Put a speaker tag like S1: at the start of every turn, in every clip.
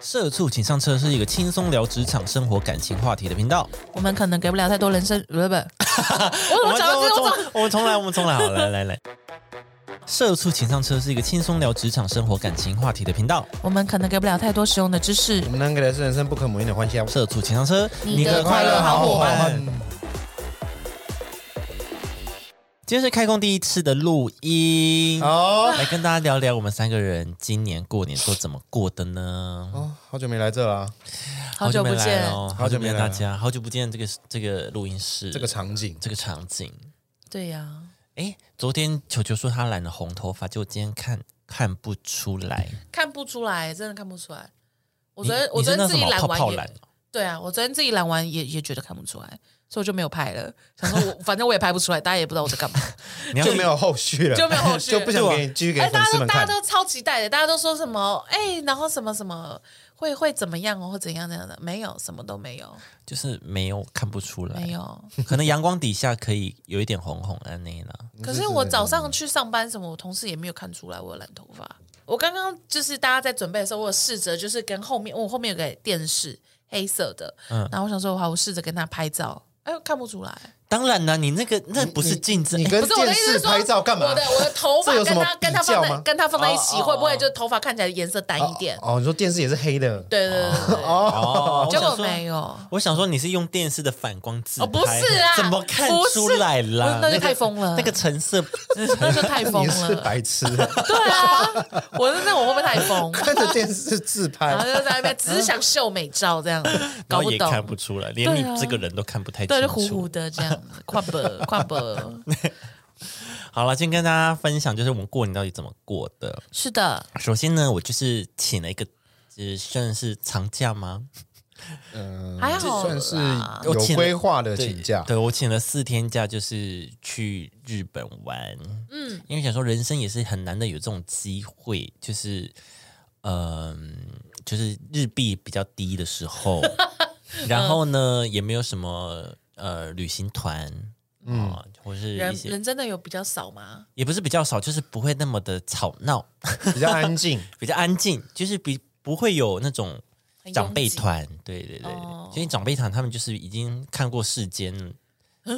S1: 社畜请上车是一个轻松聊职场、生活、感情话题的频道。
S2: 我们可能给不了太多人 生，不不不，我怎么讲到这
S1: 我
S2: 种
S1: 们我们重来，我们重来，好，来来来。社畜请上车是一个轻松聊职场、生活、感情话题的频道。
S2: 我们可能给不了太多实用的知识
S3: 我。们能给的是人生不可磨灭的欢笑。
S1: 社畜请上车，
S2: 你的快乐好伙伴。
S1: 今天是开工第一次的录音，
S3: 哦
S1: 来跟大家聊聊我们三个人今年过年都怎么过的呢？
S3: 哦，好久没来这了啊、
S2: 好久不
S1: 没来
S2: 见，
S1: 哦，好
S3: 好
S1: 久
S3: 久
S1: 没
S3: 没
S1: 见
S3: 来
S1: 大
S3: 了
S1: 家，好久不见这个这个录音室，
S3: 这个场景
S1: 这个场景。
S2: 对呀、
S1: 哎，昨天球球说他染了红头发，结果今天看看不出来。
S2: 看不出来，真的看不出来。 我
S1: 你
S2: 昨天我
S1: 你
S2: 昨
S1: 是那
S2: 天自
S1: 什
S2: 己
S1: 么
S2: 染
S1: 泡
S2: 完
S1: 泡
S2: 也
S1: 染哦
S2: 对啊，我昨天自己染完也也觉得看不出来，所以我就没有拍了。想说我 反正我也拍不出来，大家也不知道我在干 嘛。
S1: 你要
S3: 就没有后续了，
S2: 就没有后续
S3: 就不想给你继续给
S2: 哎，
S3: 粉
S2: 大家
S3: 丝
S2: 都
S3: 们
S2: 大家
S3: 看。
S2: 都超期待的，大家都说什么哎，然后什么什么会会怎么样哦，或怎样怎样的，没有，什么都没有，
S1: 就是没有看不出
S2: 没
S1: 来，
S2: 有。
S1: 可能阳光底下可以有一点红红的那啦。
S2: 可是我早上去上班什么，我同事也没有看出来我有染头发。我刚刚就是大家在准备的时候，我有试着就是跟后面，我后面有个电视黑色的，
S1: 嗯
S2: 然后我想说，好，我试着跟他拍照，哎呦，看不出来。
S1: 当然啦，你那个那不是镜子，
S3: 你
S1: 诶
S3: 跟
S2: 不是我的
S3: 电
S2: 意思
S3: 视
S2: 是说，
S3: 拍照干嘛？
S2: 我的我的 头发
S3: 这有
S2: 跟
S3: 什么
S2: 他跟他放
S3: 比较
S2: 在
S3: 吗
S2: 跟他放在一起，
S1: 哦哦
S2: 会不会就头发看起来颜色淡一点？
S3: 哦，你说电视也是黑的，
S2: 对对对对对，
S1: 哦，
S2: 结
S1: 我
S2: 果
S1: 想说
S2: 没有。
S1: 我想说你是用电视的反光自拍，
S2: 哦不是啊
S1: 怎么看出来啦？
S2: 不是那
S1: 个
S2: 就太疯了
S1: 那个成色，
S2: 那就太疯
S3: 你是
S2: 了，
S3: 白痴，
S2: 对啊，我是那我会不会太疯？
S3: 看着电视自
S2: 然后
S3: 拍，
S2: 就在那边只是想秀美照这样 子，
S1: 然
S2: 搞
S1: 后也
S2: 懂，
S1: 看不出来，连
S2: 对
S1: 你
S2: 啊
S1: 这个人都看不太
S2: 对，
S1: 清
S2: 就糊糊
S1: 楚。
S2: 的这样，跨本跨本，
S1: 好了，今天跟大家分享就是我们过年到底怎么过的。
S2: 是的，
S1: 首先呢，我就是请了一个，就是算是长假吗？
S3: 嗯，
S2: 还好
S3: 算是
S2: 啦
S3: 有规划的请假。
S1: 对我请了四天假，就是去日本玩。嗯，因为想说人生也是很难得有这种机会，就是嗯、就是日币比较低的时候，然后呢，也没有什么呃旅行团。嗯、或是
S2: 人
S1: 一些
S2: 人真的有比较少吗？
S1: 也不是比较少，就是不会那么的吵闹，
S3: 比较 安静，
S1: 比较安静，就是比不会有那种
S2: 很拥
S1: 长辈
S2: 挤
S1: 团，对对对，
S2: 哦
S1: 因为长辈团他们就是已经看过世 间，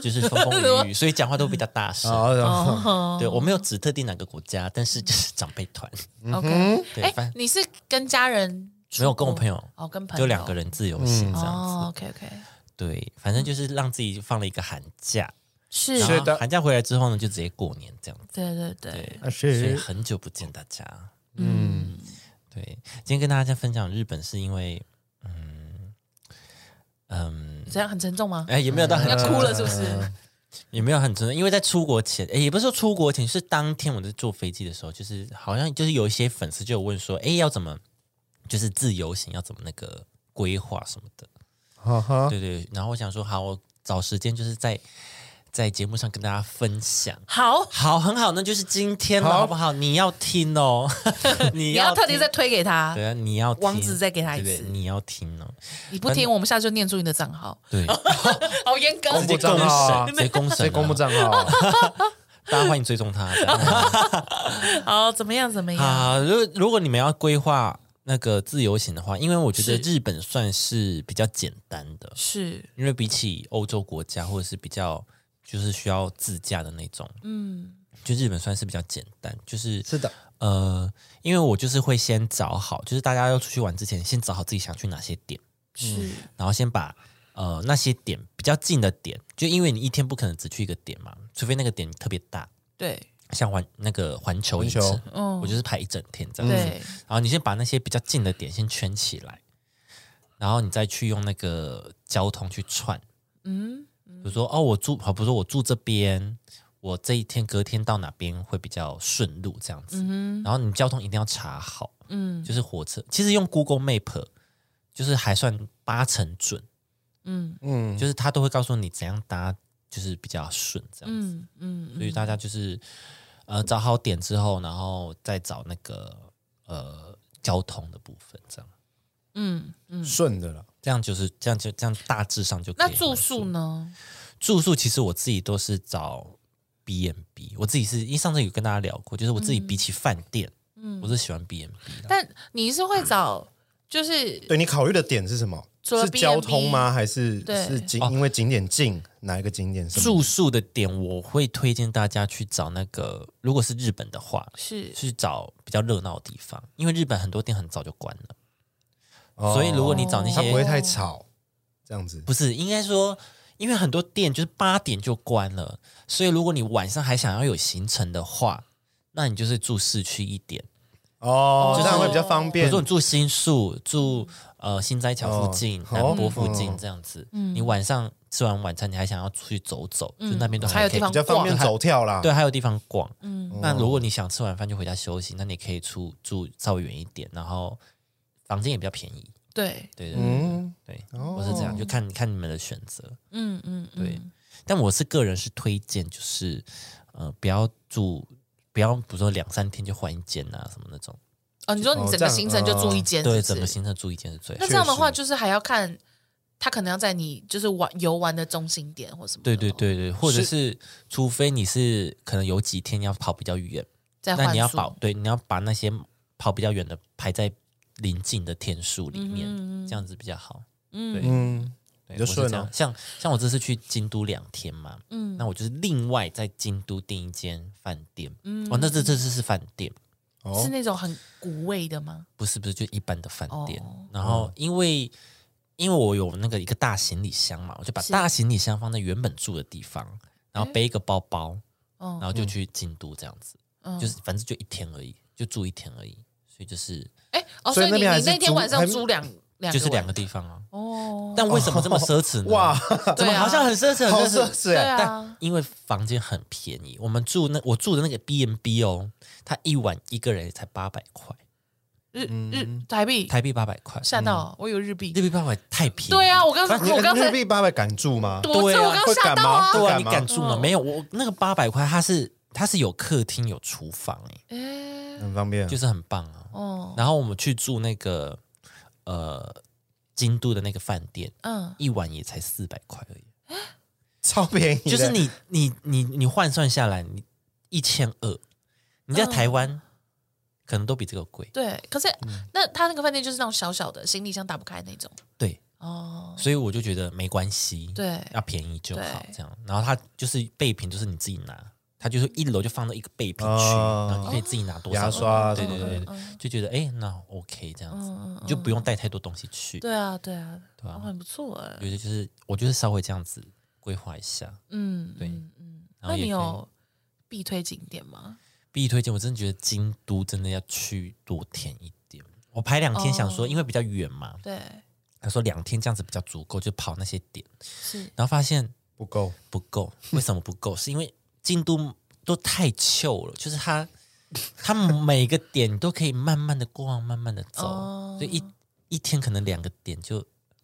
S1: 就是风风雨雨，所以讲话都比较大声。
S3: 好，然后
S2: 哦
S1: 对我没有指特定哪个国家，但是就是长辈团，
S2: ，OK，
S1: 嗯对
S2: 哎、
S1: 反
S2: 你是跟家人出
S1: 没
S2: 国？
S1: 有跟我朋友
S2: 哦，跟朋友
S1: 就两个人自由行这样子。嗯
S2: 哦，OK OK，
S1: 对，反正就是让自己放了一个寒假，
S2: 是，啊
S1: 然
S3: 是
S1: 后
S3: 的
S1: 寒假回来之后呢，就直接过年这样子。
S2: 对对对，
S1: 对，
S3: 啊
S1: 所以
S3: 是
S1: 很久不见大家。
S2: 嗯，
S1: 对，今天跟大家分享日本是因为，嗯嗯，
S2: 这样很沉重吗？
S1: 哎，也没有到很
S2: 嗯要
S1: 久
S2: 哭了是不是？
S1: 也没有很真的，因为在出国前，诶也不是说出国前，是当天我在坐飞机的时候，就是好像就是有一些粉丝就有问说，哎，要怎么就是自由行要怎么那个规划什么的，
S3: 哈
S2: 啊
S3: 哈，
S1: 对对。然后我想说，好，我找时间就是在在节目上跟大家分享。
S2: 好，
S1: 好，很好，那就是今天了，
S3: 好
S1: 好不好？你要听 哦，你
S2: 你要特地
S1: 听
S2: 再推给他，
S1: 对啊，你要听
S2: 王子再给他一
S1: 对
S2: 次
S1: 对，你要听哦，
S2: 你不听，我们下次就念出你的 账号，
S1: 对，
S2: 好严格。
S1: 直接
S3: 账
S1: 公
S3: 号啊
S1: 审，直接公审，
S3: 谁公布，账号？
S1: 大家欢迎追踪他。这样
S2: 好，怎么样？怎么样？
S1: 啊，如果如果你们要规划那个自由行的话，因为我觉得
S2: 是
S1: 日本算是比较简单的，
S2: 是，
S1: 因为比起欧洲国家或者是比较就是需要自驾的那种，
S2: 嗯，
S1: 就日本算是比较简单，就是
S3: 是的，
S1: 呃，因为我就是会先找好，就是大家要出去玩之前，先找好自己想去哪些点，
S2: 是，
S1: 然后先把呃那些点比较近的点，就因为你一天不可能只去一个点嘛，除非那个点特别大，
S2: 对，
S1: 像环那个环球
S3: 环
S1: 影
S3: 球嗯
S1: 城，
S2: 嗯
S1: 我就是排一整天这样子。
S2: 对，
S1: 然后你先把那些比较近的点先圈起来，然后你再去用那个交通去串，
S2: 嗯，
S1: 比如说哦，我住好，比如说我住这边，我这一天隔天到哪边会比较顺路这样子。
S2: 嗯
S1: 然后你交通一定要查好，
S2: 哼，嗯
S1: 就是火车，其实用 Google Map 就是还算八成准，
S2: 嗯
S3: 嗯，
S1: 就是它都会告诉你怎样搭，就是比较顺这样子。
S2: 嗯嗯，
S1: 所以大家就是呃找好点之后，然后再找那个呃交通的部分这样。
S2: 嗯嗯。
S3: 顺的了。
S1: 这样就是这样就这样，大致上就可以
S2: 那住
S1: 满
S2: 宿
S1: 足
S2: 呢？
S1: 住宿其实我自己都是找 B N B，我自己是因为上次有跟大
S2: 嗯
S1: 家聊过，就是我自己比起饭店，我是喜欢 B N B 的。
S2: 但你是会找就是
S3: 对你考虑的点是什么？
S2: 除了
S3: 是交通
S2: B&B
S3: 吗？还是
S2: 对
S3: 是景
S1: 哦？
S3: 因为景点近，哪一个景点是？
S1: 住宿的点，我会推荐大家去找那个，如果是日本的话，
S2: 是
S1: 去找比较热闹的地方，因为日本很多店很早就关了，
S3: 哦
S1: 所以如果你找那
S3: 它
S1: 些
S3: 不会太吵，这样子
S1: 不是应该说，因为很多店就是八点就关了，所以如果你晚上还想要有行程的话，那你就是住市区一点，
S3: 哦
S2: 就，
S3: 这样
S2: 是
S3: 会比较方
S1: 比如
S3: 便
S1: 说。你住新宿、住呃新斋桥附近、
S3: 哦
S1: 南波附
S3: 哦
S1: 近这样子，
S2: 嗯
S1: 你晚上吃完晚餐，你还想要出去走走，就那边都
S2: 还有
S1: 可以
S2: 地方
S3: 比较方便走跳啦，
S1: 对，还有地方逛。
S3: 哦
S1: 嗯，那如果你想吃完饭就回家休息，那你可以出住稍微远一点，然后房间也比较便宜。
S2: 对，
S1: 对对对
S3: 嗯，
S1: 对，我是这样，就看看你们的选择。
S2: 嗯嗯，嗯
S1: 对，但我是个人是推荐，就是呃，不要住，不要比如说两三天就换一间啊什么那种。
S2: 哦，你说你
S3: 哦
S2: 整
S3: 这
S2: 个
S3: 样
S2: 行程就住一间，
S1: 对，
S2: 是
S1: 整
S2: 不
S1: 个
S2: 是
S1: 行程住一间是最好
S2: 那
S1: 的。
S2: 这样的话，
S3: 确实
S2: 就是还要看他可能要在你就是玩游玩的中心点或什么的
S1: 对
S2: 哦咯，
S1: 对对对，或者是除非你是可能有几天要跑比较远，
S2: 再换
S1: 那
S2: 宿，
S1: 你要保对，你要把那些跑比较远的排在临近的天数
S2: 嗯
S1: 里面，这样子比较好。
S3: 嗯，
S1: 对
S3: 比较
S1: 我是
S3: 顺
S1: 这样
S3: 哦
S1: 像像我这次去京都两天嘛，嗯，那我就是另外在京都订一间饭店，嗯，哦，那这这次是饭店，
S2: 是
S3: 哦，
S2: 那种很古味的吗？
S1: 不是不是就一般的饭店。
S2: 哦
S1: 然后因为因为我有那个一个大行李箱嘛，我就把
S2: 是
S1: 大行李箱放在原本住的地方，然后背一个包包，
S2: 哦
S1: 然后就去京都这样子，
S2: 嗯
S1: 就是反正就一天而已，就住一天而已，所以就是
S2: 哎，哦，
S3: 所
S2: 所
S3: 以
S2: 以
S3: 那
S2: 你
S3: 边还
S2: 你
S3: 是
S2: 那天
S3: 租
S2: 晚上
S3: 还
S2: 租两两
S1: 就是两
S2: 晚
S1: 个地方啊。
S2: 哦，
S1: 但为什么这么奢侈呢？
S3: 哇，
S1: 怎么
S2: 对啊
S1: 好像很奢侈？
S3: 好
S1: 很
S3: 奢
S1: 奢侈。
S3: 侈
S2: 对
S3: 哎，
S2: 啊，
S1: 因为房间很便宜，我们住那我住的那个 B N B 哦，它一晚一个人才八百块，
S2: 日日台币
S1: 嗯台币八百块，
S2: 吓到我，我有日币
S1: 日，币八百太便宜。
S2: 啊对啊，我刚
S1: 反
S3: 你
S2: 我刚
S3: 日
S2: 才
S3: 币八百敢住吗？
S2: 我
S1: 对啊
S2: 这我刚
S3: 会
S2: 吓
S3: 赶
S2: 到啊
S3: 吗，
S1: 对啊，
S3: 敢
S1: 你
S3: 吗
S1: 敢住吗？没有，我那个八百块它是它是有客厅有厨房、欸，
S2: 哎，
S3: 很方便，
S1: 就是很棒啊。
S2: 哦，
S1: 然后我们去住那个呃京都的那个饭店，
S2: 嗯，
S1: 一晚也才四百块而已。
S3: 超便宜的，
S1: 就是你你你你换算下来，你一千二，你
S2: 嗯
S1: 在台湾、可能都比这个贵。
S2: 对，可是
S1: 嗯
S2: 那他那个饭店就是那种小小的行李箱打不开那种
S1: 对，
S2: 哦，
S1: 所以我就觉得没关系，
S2: 对
S1: 要便宜就好
S2: 对
S1: 这样。然后它就是备品，就是你自己拿，它就是一楼就放到一个备品区，
S3: 哦
S1: 然后你可以自己拿多少
S3: 牙刷啊
S1: 对
S3: 什
S1: 对
S3: 么的
S1: 对对，就觉得哎，那 OK 这样子，
S2: 嗯嗯嗯
S1: 你就不用带太多东西去。
S2: 对啊，对啊，
S1: 对啊
S2: 哦很不错哎，
S1: 有些就是我就是稍微这样子规划一下。
S2: 嗯，
S1: 对
S2: 嗯嗯，
S1: 然后
S2: 那
S1: 也
S2: 你
S1: 可以
S2: 有必推景点吗？
S1: 必推荐，我真的觉得京都真的要去多天一点。我排两天想
S2: 哦
S1: 说，因为比较远嘛，
S2: 对，
S1: 他说两天这样子比较足够，就跑那些点，
S2: 是
S1: 然后发现
S3: 不够，
S1: 不够。为什么不够？是因为京都都太旧了，就是它，它每个点你都可以慢慢的逛，慢慢的走，
S2: 哦
S1: 所以一一天可能两个点就、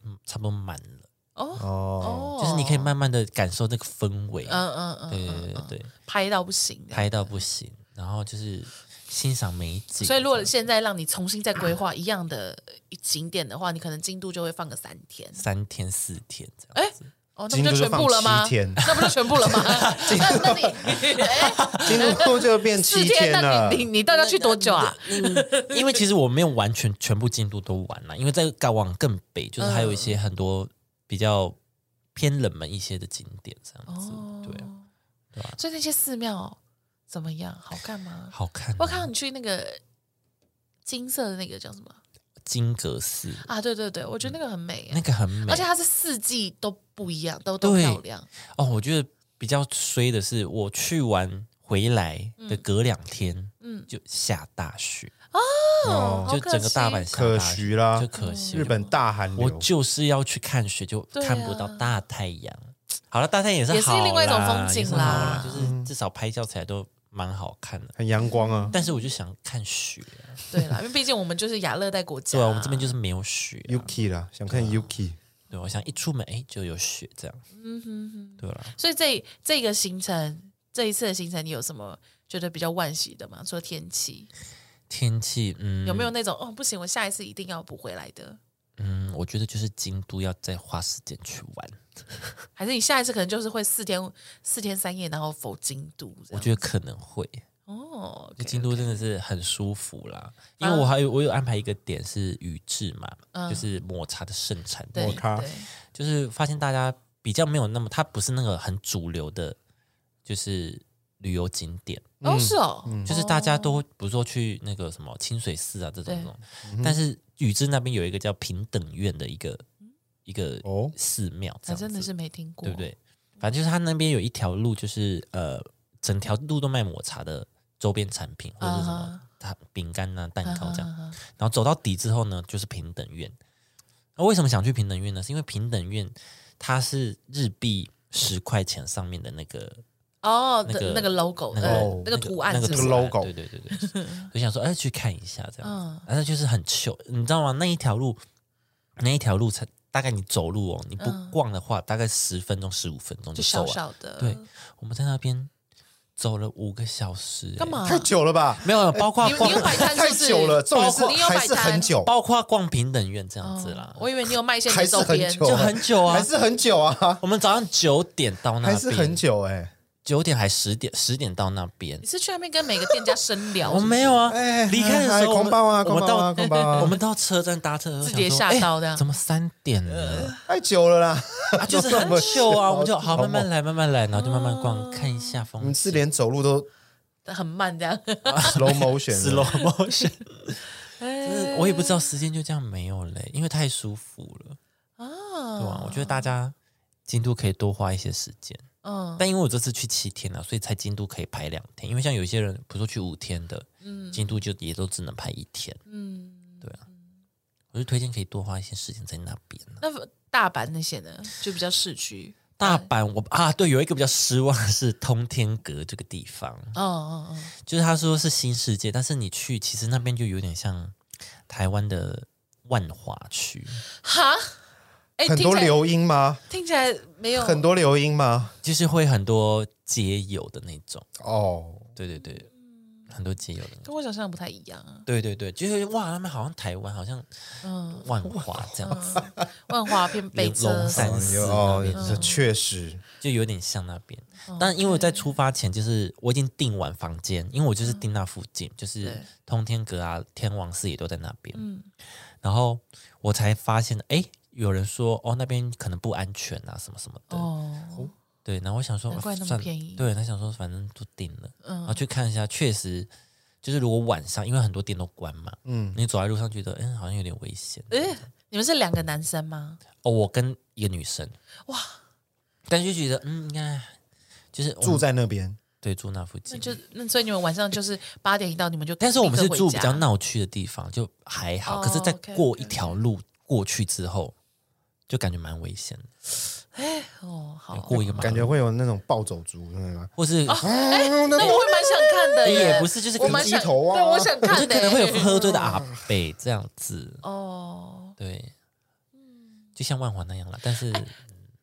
S1: 嗯、差不多满了，
S2: 哦
S3: 哦，
S2: 哦，
S1: 就是你可以，慢慢的感受那个氛围，
S2: 嗯嗯嗯，
S1: 对
S2: 嗯
S1: 对对
S2: 嗯
S1: 对，
S2: 拍到不行的。
S1: 拍到不行，然后就是欣赏美景，
S2: 所以，如果现在让你重新再规划一样的景点的话，你可能进度就会放个三天。
S1: 三天四天这样。
S2: 哎，哦，那
S3: 京
S2: 不
S3: 都
S2: 全
S3: 放
S2: 部了吗
S3: 七？天，
S2: 那不就全部了 吗？那那你哎
S3: 京都就 变
S2: 四
S3: 七
S2: 天，那
S3: 了
S2: 你，你你到底要去多久啊？
S1: 因因为其实我没有完全全部京都都玩了，因为在往更北，就是还有一些很多比较偏冷门一些的景点这样子， 对
S2: 哦
S1: 啊，
S2: 所以那些寺庙怎么样？好看吗？
S1: 好看啊、
S2: 我看到你去那个金色的那个叫什么
S1: 金阁寺
S2: 啊？对对对，我觉得那个很美耶、
S1: 那个很美
S2: 而且，它是四季都不一样，都都
S1: 对
S2: 漂亮。
S1: 哦，我觉得比较衰的是我去完回来的隔两天，嗯，就下大雪，
S2: 嗯
S3: 哦，
S1: 就整个大阪下
S3: 可
S1: 大雪，
S3: 惜啊嗯啦
S1: 就，可惜
S3: 日本大寒
S1: 我
S3: 流，
S1: 就是要去看雪，就
S2: 对啊
S1: 看不到大太阳。好了，大太阳也是
S2: 也是
S1: 好啦
S2: 另外一种风景
S1: 也是好啦
S2: 啦
S1: 就是至少拍照起来都蛮好看的。
S3: 很阳光啊，
S1: 但是我就想看雪啊、
S2: 对啦，因为毕竟我们就是亚热带国家，
S1: 对啊，我们这边就是没有雪啊、
S3: Yuki 啦，想看 Yuki，
S1: 对，我想一出门哎就有雪这样。嗯哼对啦，
S2: 所以这这个行程，这一次的行程，你有什么觉得比较惋惜的吗？除了天气，
S1: 天气嗯
S2: 有没有那种哦不行，我下一次一定要补回来的？
S1: 嗯，我觉得就是京都要再花时间去玩，
S2: 还是你下一次可能就是会四天四天三夜，然后否京都这
S1: 我
S2: 样？
S1: 觉得可能会。
S2: 哦哦
S1: 就
S2: ，OK，
S1: 京都真的是很舒服啦。因
S2: 啊
S1: 为我还有我有安排一个点是宇治嘛，就是抹茶的盛产地，
S2: 嗯对
S3: 摩卡
S2: 对，
S1: 就是发现大家比较没有那么，它不是那个很主流的，就是旅游景点。
S2: 哦是哦，
S1: 嗯就是大家都比如说去那个什么清水寺啊这种
S2: 哦
S1: 这
S2: 对
S1: 种，但是宇治那边有一个叫平等院的一个一个
S3: 哦
S1: 寺庙，这样
S2: 还
S1: 子、
S2: 啊真的是哦没听过，
S1: 对不？对？反正就是它那边有一条路，就是呃，整条路都卖抹茶的周边产品或者是什
S2: 啊
S1: 么它饼干啊、蛋糕这样。
S2: 样，
S1: 然后走到底之后呢，就是平等院。那为什么想去平等院呢？是因为平等院它是日币十块钱上面的那个
S2: 哦，
S1: 那
S2: 那
S1: 个
S2: 那个 logo，
S1: 那个
S2: 呃，那个图案
S1: 那
S2: 是
S1: 个
S2: 不
S1: 图
S2: 是
S1: 案
S3: 那个 logo
S1: 对对对对，我想说，哎，去看一下这样子
S2: 嗯，
S1: 但是就是很糗，你知道吗？那一条路，那一条路才大概你走路哦，你不逛的话，大概十分钟、十五分钟
S2: 嗯就
S1: 走
S2: 小
S1: 完。
S2: 小的，
S1: 啊对，我们在那边走了五个小时，哎
S2: 干？嘛？啊
S3: 太久了吧？
S1: 没有，包括
S2: 你有
S1: 逛
S2: 你，有摆摊是
S3: 太
S2: 不是
S3: 久了，重点
S2: 包括你
S3: 是
S2: 有摆
S3: 还是很久，
S1: 包括逛平等院这样子啦
S2: 哦，我以为你有卖一些你
S3: 还
S2: 的
S3: 是
S2: 周
S3: 很
S2: 边，
S3: 久
S1: 就很久啊
S3: 还。是很久啊，
S1: 我们早上九点到那
S3: 还是很
S1: 边，
S3: 久哎。
S1: 九点还十点，十点到那边
S2: 你。是去那边跟每个店家深聊？
S1: 我没有啊，
S3: 哎，
S1: 离开的
S3: 哎
S1: 时候我
S3: 空
S1: 们
S3: 包啊，
S1: 我
S3: 空
S1: 们
S3: 包 啊，
S1: 到
S3: 空包啊，
S1: 我们到车站搭车的时候
S2: 自己也
S1: 想说
S2: 吓到
S1: 哎
S2: 这样
S1: 怎么三点 了？
S3: 太久了啦。
S1: 啊，就是很久啊，我们就好
S3: 好
S1: 慢
S3: 猛
S1: 慢来，慢慢来，然后就慢慢逛，看一下风
S3: 我
S1: 景。
S3: 们是连走 路都
S2: 有，很慢这样。
S3: slow motion 了
S1: slow motion，就是我也不知道时间就这样没有嘞，因为太舒服了，对吧、
S2: 啊，
S1: 我觉得大家京都可以多花一些时间，
S2: 嗯，
S1: 但因为我这次去七天啊，所以在京都可以排两天，因为像有些人，比如说去五天的，京都就也都只能排一天，
S2: 嗯，
S1: 对啊。我就推荐可以多花一些时间在那边啊、
S2: 那大阪那些呢，就比较市区。
S1: 大阪我啊，对，有一个比较失望的是通天阁这个地方，
S2: 哦哦哦，
S1: 就是他说是新世界，但是你去其实那边就有点像台湾的万华区，
S2: 哈，哎，
S3: 很多
S2: 流，
S3: 流音吗？
S2: 听起来没有
S3: 很多流音吗？
S1: 就是会很多街友的那种。
S3: 哦，
S1: 对对对，
S2: 嗯
S1: 很多街友的那种。
S2: 跟我想象的不太一样啊。
S1: 对对对，就是哇，他们好像台湾，好像
S2: 嗯，
S1: 万华这样子，
S2: 万 华变北
S1: 龙
S2: 车
S1: 龙，山
S3: 哦
S1: 寺
S3: 有
S1: 那边
S3: 哦，
S2: 嗯
S3: 这确实
S1: 就有点像那边。但因为我在出发前，就是我已经订完房间，因为我就是订那附近，就是
S2: 嗯对嗯
S1: 通天阁啊、天王寺也都在那边。然后我才发现，哎，有人说哦，那边可能不安全啊，什么什么的。
S2: 哦，
S1: 对，然后我想说，哦
S2: 难怪那么
S1: 算
S2: 便宜嗯
S1: 对，他想说反正都定了，然后去看一下，确实就是如果晚上，因为很多店都关嘛，嗯，你走在路上觉得，嗯，好像有点危险。
S2: 哎，你们是两个男生吗？
S1: 哦，我跟一个女生，哇，但就觉得，嗯，应该就是我
S3: 住
S1: 们
S3: 在那边，
S1: 对住那附近
S2: 那，就那所以你们晚上就是八点一到，你们就
S1: 但是我们是住比较
S2: 立刻回家
S1: 闹区的地方，就还好。
S2: 哦
S1: 可是，再
S2: OK，OK
S1: 过一条路过去之后，就感觉蛮危险的，
S2: 哎哦好，
S1: 过一个马
S3: 感
S1: 路，
S3: 觉会有那种暴走族，啊对吗？
S1: 或是哎
S2: 哎那我会蛮想看的耶，
S1: 也不是，就是可
S2: 我
S1: 能
S2: 蛮
S1: 就
S2: 想
S3: 鸡头啊
S2: 对，我想看
S1: 是
S2: 的
S1: 可
S2: 耶，嗯
S1: 能会有喝醉的阿北这样子。
S2: 哦。
S1: 对，
S2: 嗯
S1: 就像万华那样啦。但
S2: 哎
S1: 是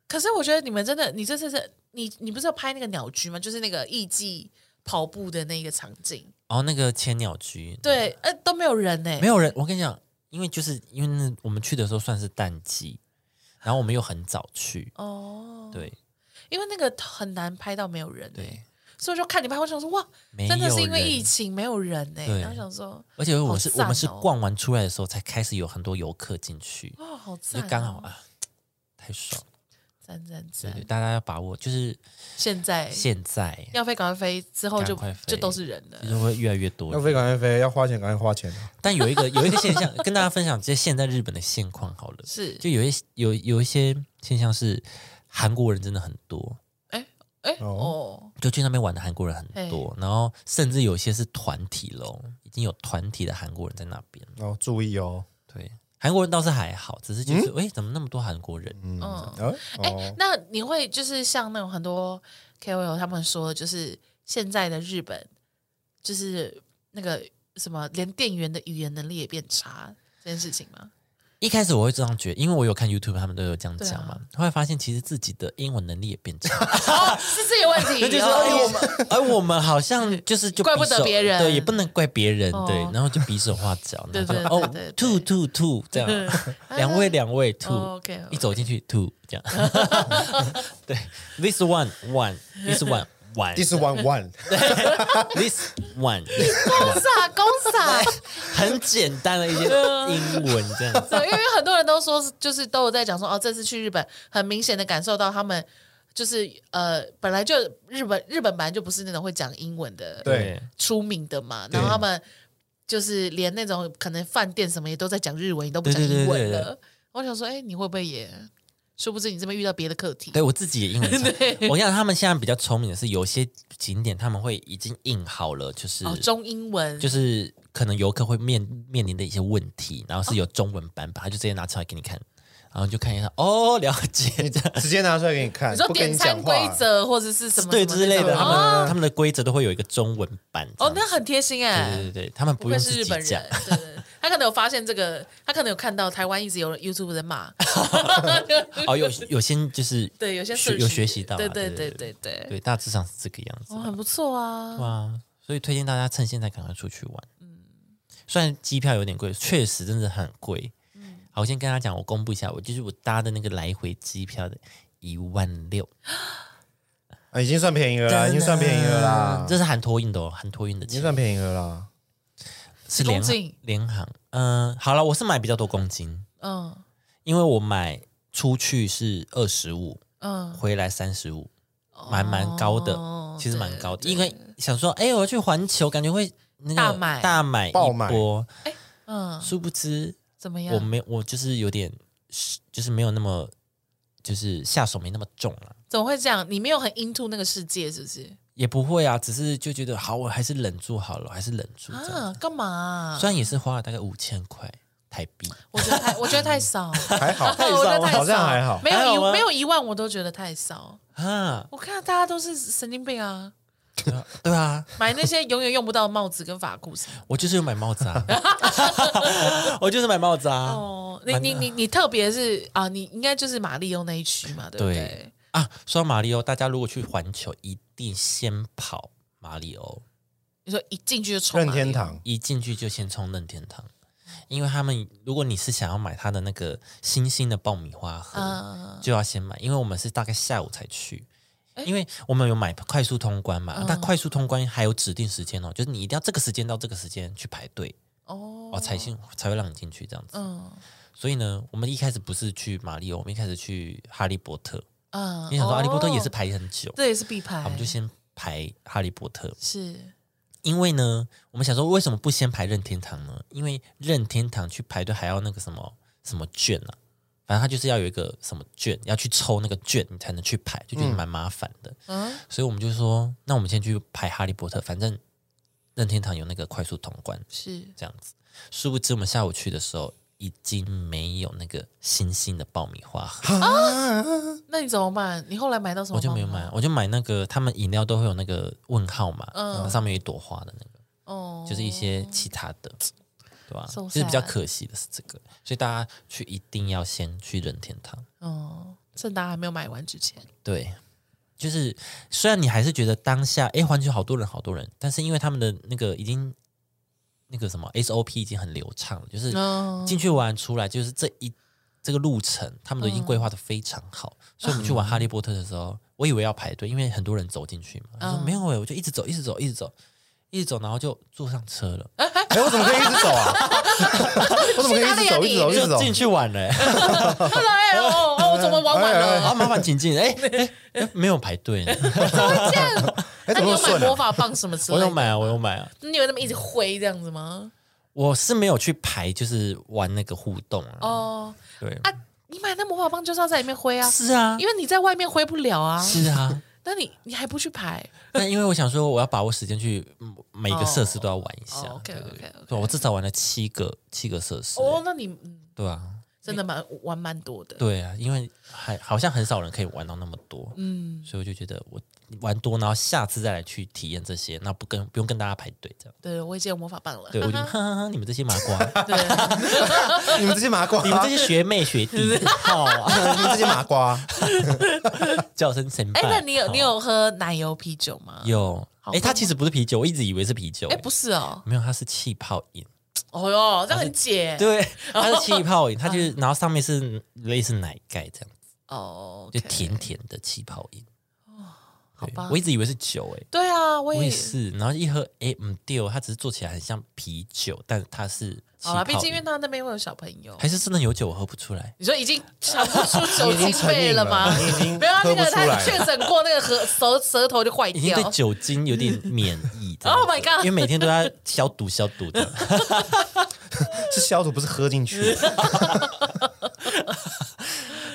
S2: 可是我觉得你们真的，你这次是你你不是有拍那个鸟居吗？就是那个艺伎跑步的那个场景，
S1: 哦，那个千鸟居，，
S2: 对，呃都没有人呢，
S1: 没有人。我跟你讲，因为就是因为那我们去的时候算是淡季，然后我们又很早去，
S2: 哦，
S1: 对
S2: 因为那个很难拍到没有人，
S1: 对，，
S2: 所以我就看你拍，我想说哇，
S1: 没有
S2: 哦真
S1: 人
S2: 的是因为疫情没有人呢，
S1: 对
S2: 然后想说
S1: 而且我
S2: 好
S1: 是、我
S2: 赞
S1: 们是
S2: 哦
S1: 逛完出来的时候才开始有很多游客进去，
S2: 哇好赞
S1: 就
S2: 哦，
S1: 刚好啊，太爽了，
S2: 赞赞
S1: 对对，
S2: 赞，
S1: 大家要把握，就是
S2: 现在
S1: 现在
S2: 要飞赶快飞，之后就
S1: 赶快飞
S2: 就都是人了
S1: 就是会越来越多
S3: 要
S1: 人。
S3: 飞赶快飞，要花钱赶快花钱啊！
S1: 但有一个有一个现象，跟大家分享，这现在日本的现况好了，
S2: 是
S1: 就有一些有有一些现象是韩国人真的很多，
S2: 哎哦
S3: 哦，
S1: 就去那边玩的韩国人很多，然后甚至有些是团体喽，已经有团体的韩国人在那边了。
S3: 哦，注意哦，
S1: 对，韩国人倒是还好，只是就是诶，怎么那么多韩国人？
S3: 嗯，
S2: 嗯
S3: 哦
S2: 哎、
S3: 哦，
S2: 那你会就是像那种很多 KOL 他们说，就是现在的日本，就是那个什么，连店员的语言能力也变差这件事情吗？
S1: 一开始我会这样觉得，因为我有看 YouTube，他们都有这样
S2: 对啊
S1: 讲嘛。后来发现其实自己的英文能力也变差，
S2: 哦， 是这个问题。
S1: 就是哎
S2: 哦
S1: 而我们，而我们好像就是就
S2: 怪不得
S1: 比手
S2: 别人
S1: 对，也不能怪别人，
S2: 哦
S1: 对，然后就比手画脚，
S2: 对对
S1: 然后就
S2: 对对
S1: 哦，吐吐吐这样， 两位两位吐
S2: 哦，OK，OK
S1: 一走进去吐这样，对，this one one this one one
S3: ，this one one，
S1: this one
S2: 公傻公啊傻，
S1: 很简单的一些
S2: 啊
S1: 英文这样子。
S2: 对，因为很多人都说是，就是都有在讲说，哦，这次去日本，很明显的感受到他们就是呃，本来就日本日本本来就不是那种会讲英文的
S3: 对，
S2: 出名的嘛，然后他们就是连那种可能饭店什么也都在讲日文，也都不讲
S1: 对对对
S2: 英文
S1: 对对
S2: 了。我想说，哎，你会不会也？殊不知你这边遇到别的课题，
S1: 对我自己也英文差，我跟你讲他们现在比较聪明的是，有些景点他们会已经印好了，就是、
S2: 哦，中英文
S1: 就是可能游客会面面临的一些问题，然后是有中文版本，他就直接拿出来给你看，然后你就看一下，哦，了解这样。
S3: 直接拿出来给你看，
S2: 你说
S3: 不跟
S2: 点
S3: 你
S2: 餐
S3: 讲
S2: 规
S3: 话，
S2: 则或者是什么
S1: 对
S2: 什么
S1: 之类的，
S2: 那
S1: 他
S2: 种
S1: 们、
S2: 哦
S1: 他们的规则都会有一个中文版这
S2: 哦
S1: 样。，
S2: 那很贴心哎、
S1: 对对对，他们不
S2: 不愧
S1: 用
S2: 是
S1: 自
S2: 日
S1: 己
S2: 本
S1: 讲
S2: 人，，对对对他可能有发现这个，他可能有看到台湾一直有人 YouTube 在骂，
S1: 哦，有有些就是
S2: 对，有些
S1: 学
S2: search-
S1: 有学习到啊，
S2: 对对
S1: 对
S2: 对
S1: 对
S2: 对对，
S1: 对，大致上是这个样子
S2: 哦，
S1: 啊，
S2: 很不错啊，
S1: 哇！所以推荐大家趁现在赶快出去玩。
S2: 嗯
S1: 虽然机票有点贵，确实真的很贵。
S2: 嗯
S1: 好，我先跟大家讲，我公布一下，我就是我搭的那个来回机票的一万六，
S3: 啊，已经算便宜了啦，已经算便宜了啦，
S1: 这是含托运的哦，含托运的
S3: 已经
S1: 钱
S3: 算便宜了啦。
S1: 是联
S2: 公
S1: 航
S2: 斤
S1: 联航。嗯，好了，我是买比较多公斤，
S2: 嗯
S1: 因为我买出去是二十五，
S2: 嗯，
S1: 回来三十五，蛮蛮高的，
S2: 哦
S1: 其实蛮高的，
S2: 对
S1: 因为想说，哎、我要去环球，感觉会那个
S2: 大买
S1: 大买一
S3: 爆买
S1: 波，
S2: 嗯，
S1: 殊不知
S2: 怎么样？
S1: 我没我就是有点是就是没有那么就是下手没那么重了、
S2: 怎么会这样？你没有很 into 那个世界是不是？
S1: 也不会啊，只是就觉得好，我还是忍住好了，还是忍住这样。
S2: 啊，干嘛啊、
S1: 虽然也是花了大概五千块台币，
S2: 我觉得太，我觉得 太少，
S3: 还好，
S2: 我觉得太少，
S3: 好像还好。
S2: 没
S1: 还
S2: 有
S1: 好
S2: 一
S1: 吗
S2: 没有一万我都觉得太少。
S1: 啊，
S2: 我看大家都是神经病啊，
S1: 对啊，
S2: 买那些永远用不到的帽子跟发箍什么的
S1: 我就是有买帽子啊， 我就是买帽子啊。
S2: 哦，你你你你特别是啊，你应该就是马里奥那一区嘛，对不对
S1: 对？啊，说到马里奥，大家如果去环球，一定先跑马里奥，
S2: 你说一进去就冲
S3: 任
S2: 马里奥
S3: 天，堂
S1: 一进去就先冲任天堂，因为他们如果你是想要买他的那个星星的爆米花盒，
S2: 嗯
S1: 就要先买，因为我们是大概下午才去。因为我们有买快速通关嘛，啊
S2: 嗯
S1: 但快速通关还有指定时间哦，就是你一定要这个时间到这个时间去排队
S2: 哦
S1: 哦，才进才会让你进去这样子。
S2: 嗯
S1: 所以呢，我们一开始不是去马里奥，我们一开始去哈利波特。
S2: 嗯，
S1: 你想说哈利波特
S2: 哦
S1: 也是，排很久，
S2: 这也是必排，
S1: 我们就先排哈利波特，
S2: 是
S1: 因为呢，我们想说为什么不先排任天堂呢？因为任天堂去排队还要那个什么什么券啊，反正它就是要有一个什么券，要去抽那个券你才能去排，就觉得蛮麻烦的。
S2: 嗯
S1: 所以我们就说，那我们先去排哈利波特，反正任天堂有那个快速通关
S2: 是
S1: 这样子。殊不知我们下午去的时候。已经没有那个星星的爆米花盒，
S2: 那你怎么办？你后来买到什么？
S1: 我就没有买，。啊我就买那个他们饮料都会有那个问号嘛，
S2: 嗯
S1: 然后上面有一朵花的那个。
S2: 哦，
S1: 就是一些其他的，对吧、
S2: So
S1: 就是比较
S2: sad
S1: 可惜的是这个，所以大家去一定要先去任天堂。
S2: 哦，趁大家还没有买完之前，
S1: 对，就是虽然你还是觉得当下诶，环球好多人好多人，但是因为他们的那个已经那个什么 SOP 已经很流畅了，就是
S2: 嗯
S1: 进去玩出来就是这一这个路程，他们都已
S2: 嗯
S1: 经规划的非常好。所以我们去玩哈利波特的时候，我以为要排队，因为很多人走进去嘛，我说
S2: 嗯
S1: 没有诶，我就一直走，一直走，一直走。一直走，然后就坐上车了，
S3: 哎，我怎么可以一直走啊？我怎么可以一直走，哦一直走，一直
S1: 就
S3: 走？
S1: 进去玩了、欸。
S2: 哎 呦，哦，我怎么玩完
S3: 哎哎
S2: 了？
S1: 好，麻 烦请进。哎哎哎，没有排队呢，
S3: 哎，
S2: 那你
S3: 怎么那么
S2: 有买
S3: 顺
S2: 魔
S3: 啊？
S2: 法棒什么之类
S1: 我
S2: 的？
S1: 有买啊，我有买啊。
S2: 你有那么一直挥这样子吗？
S1: 我是没有去排，就是玩那个互动啊。
S2: 哦，
S1: 对，
S2: 啊，你买那魔法棒就是要在里面挥啊，
S1: 是啊，
S2: 因为你在外面挥不了啊。
S1: 是啊。
S2: 那你你还不去排？
S1: 那因为我想说，我要把握时间去嗯每个设施都要玩一下。
S2: 哦哦
S1: 啊对对对
S2: OK，OK，OK
S1: 对我至少玩了七个七个设施。
S2: 哦，那你嗯
S1: 对啊，
S2: 真的蛮玩蛮多的。
S1: 对啊，因为还好像很少人可以玩到那么多，
S2: 嗯，
S1: 所以我就觉得我玩多，然后下次再来去体验这些，那不跟不用跟大家排队这样。
S2: 对，我已经有魔法棒了。
S1: 对，我就 哈哈哈，你们这些麻瓜，
S2: 对，
S3: 你们这些麻瓜，
S1: 你们这些学妹学 弟， 好
S2: 哦
S1: 啊，
S3: 你们这些麻瓜，
S1: 叫声神拜。
S2: 哎，那你有
S1: 好
S2: 你有喝奶油啤酒吗？
S1: 有，
S2: 好
S1: 哎，
S2: 喝
S1: 它
S2: 吗
S1: 其实不是啤酒，我一直以为是啤酒，
S2: 哎，
S1: 诶
S2: 不是哦，
S1: 没有，它是气泡饮，
S2: 哦哟，这样很解。
S1: 对，它是气泡饮，它 就是，然后上面是类似奶盖这样，
S2: 哦，
S1: 就
S2: OK
S1: 甜甜的气泡饮，
S2: 好吧
S1: 我一直以为是酒哎、
S2: 对啊，我
S1: 我
S2: 也
S1: 也。是，然后一喝哎嗯丢，它只是做起来很像啤酒，但它是气
S2: 好了，
S1: 泡
S2: 毕竟因为
S1: 饮
S2: 他那边会有小朋友，
S1: 还是真的有酒，我喝不出来。
S2: 你说已经尝不 出酒
S3: 你已经
S2: 精
S3: 成
S2: 味
S3: 瘾
S2: 了吗？
S3: 你已经
S2: 没有啊，那
S3: 喝不
S2: 个
S3: 出来
S2: 他
S3: 了。
S2: 确诊过那个舌舌舌头就坏
S1: 已经
S2: 掉
S1: 对。酒精有点免疫这样子。
S2: Oh my god
S1: 因为每天都要消毒消毒的，
S3: 是消毒，不是喝进去。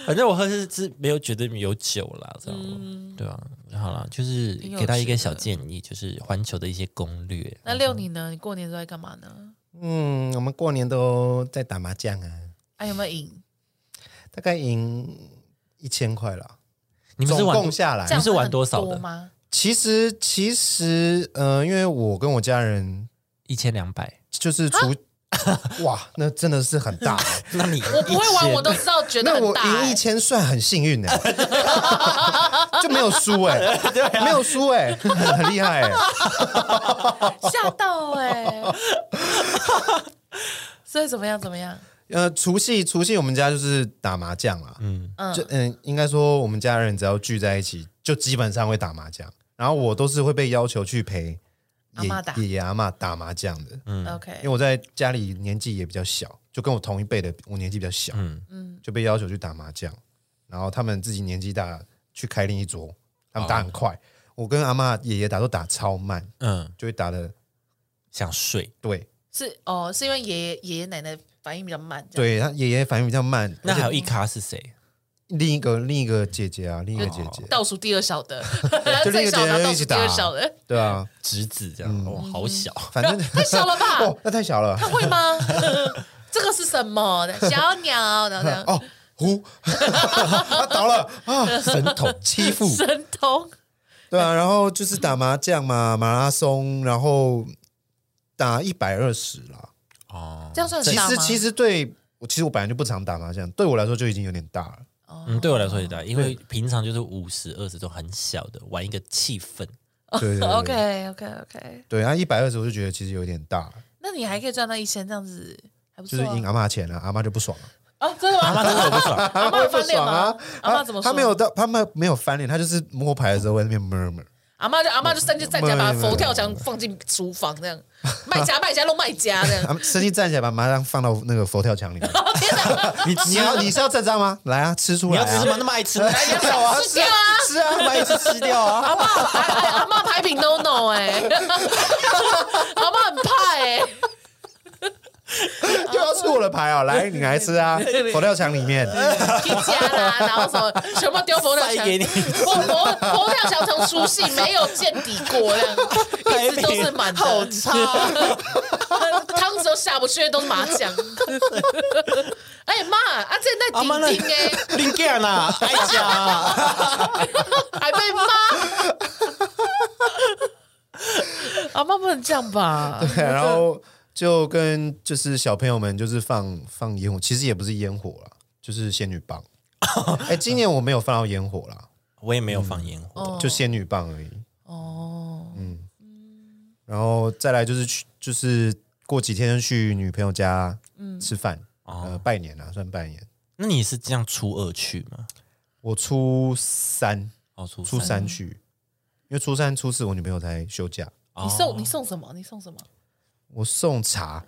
S1: 反正我喝是是没有觉得有酒啦，这样、对啊，好啦，就是
S2: 嗯挺有
S1: 给他一
S2: 趣
S1: 个小
S2: 的
S1: 建议，就是环球的一些攻略。
S2: 那六你呢？你过年都在干嘛呢？
S3: 嗯，我们过年都在打麻将啊，
S2: 哎，有没有赢？
S3: 大概赢一千块了，
S1: 你们是
S3: 总
S1: 玩
S3: 共下来
S2: 这。样
S1: 是玩
S2: 很
S1: 多少的
S2: 吗？
S3: 其实其实呃，因为我跟我家人
S1: 一千两百？
S2: 啊
S3: 就是除 哇，那真的是很 大、欸。
S1: 那你
S2: 我不会玩，我都知道，觉得
S3: 那
S2: 很
S3: 我
S2: 大
S3: 赢一
S2: 欸。
S3: 千算很幸运呢、欸 就没有输哎、
S2: 啊
S3: 没有输哎、很很厉害哎、
S2: 吓到哎！ 所以怎么样？怎么样？
S3: 呃，除夕除夕我们家就是打麻将啦，
S1: 嗯，
S2: 嗯
S3: 就嗯，应该说我们家人只要聚在一起，就基本上会打麻将。然后我都是会被要求去陪
S2: 阿
S3: 爷
S2: 嬷打
S3: 爷爷阿嬷打麻将的，嗯因为
S2: ，OK，
S3: 我在家里年纪也比较小，就跟我同一辈的，我年纪比较小，
S1: 嗯
S2: 嗯，
S3: 就被要求去打麻将。然后他们自己年纪大，去开另一桌，他们打
S1: 哦
S3: 很快。我跟阿嬷爷爷打都打超慢，
S1: 嗯，
S3: 就会打的
S1: 想睡。
S3: 对
S2: 是哦，是因为爷爷爷爷奶奶反应比较慢，这样，
S3: 对，他爷爷反应比较慢。
S1: 那
S3: 而且
S1: 还有一咖是谁？
S3: 另一个另一个姐姐啊，另一个姐姐，
S2: 倒数第二小的，
S3: 就另
S2: 最
S3: 一个
S2: 小
S3: 姐
S2: 的倒
S3: 姐一
S2: 数
S3: 起
S2: 第
S3: 打
S2: 二小 的，
S3: 对啊，
S1: 侄子这样，哇，好小。
S3: 反正
S2: 太小了吧？
S3: 哦，那太小了。
S2: 会吗？ 这个是什么？小鸟，然后这样
S3: 哦，呼，他倒了啊，神童欺负，
S2: 神童，
S3: 对啊，然后就是打麻将嘛，马拉松，然后打一百二十啦。
S1: 哦
S2: 这，样算
S3: 其
S2: 很大
S3: 实
S2: 吗？
S3: 其实对我，其实我本来就不常打麻将，对我来说就已经有点大了。
S2: 哦，
S1: 嗯，对我来说也大，因为平常就是五十、二十都很小的，玩一个气氛。
S3: 对对对
S2: OK OK OK，
S3: 对啊，一百二十我就觉得其实有点大了，
S2: 那你还可以赚到一千，这样子还不
S3: 就
S2: 错
S3: 是
S2: 啊。
S3: 赢阿妈钱了、阿妈就不爽 了。
S2: 啊，真的
S1: 妈
S2: 吗？
S1: 真的不爽，
S2: 阿嬷有翻脸吗
S3: 啊？
S2: 阿嬷怎么说
S3: 他没有到，他们没有翻脸，他就是摸牌的时候会在那边 murmur。
S2: 阿妈就阿妈就站就站起来，把
S3: 没有没有
S2: 佛跳墙放进厨房这样，卖家卖家弄卖家这样。
S3: 他们生气站起来把麻将放到那个佛跳墙里面。
S2: 天哪，
S1: 你
S3: 你
S1: 吃
S3: 要你是要站张吗？来啊，吃出
S1: 你
S3: 来
S1: 要吃
S3: 啊！
S1: 什么？那么爱吃，来
S2: 你要
S3: 啊，
S2: 吃
S3: 吃
S2: 掉啊
S3: 吃啊，把一只吃掉啊！
S2: 阿妈哎阿妈牌品 no no 哎， 阿妈很怕哎，
S3: 又要吃我的牌哦，来，你来吃 啊！佛跳墙里面，
S2: 一家啦，然后什么全部丢佛跳
S1: 塞
S2: 墙
S1: 给你，
S2: 佛佛佛跳墙从出戏没有见底过，这样一直都是满的，好差，汤汁都下不去，因为都是麻酱。哎妈，啊这
S1: 阿妈
S2: 在
S1: 那
S2: 顶顶哎，
S1: 你干啦， 爱讲啊，
S2: 还被骂。阿妈不能这样吧？
S3: 对然后就跟就是小朋友们就是放放烟火，其实也不是烟火啦，就是仙女棒。哎，今年我没有放到烟火啦，
S1: 我也没有放烟火，
S2: 哦
S3: 就仙女棒而已。
S2: 哦，
S3: 然后再来就是去，就是过几天去女朋友家吃饭，呃，拜年啊，算拜年。
S1: 那你是这样初二去吗？
S3: 我初三，
S1: 哦，初
S3: 初三去，因为初三、初四我女朋友才休假，
S2: 你送你送什么？你送什么？
S3: 我送茶。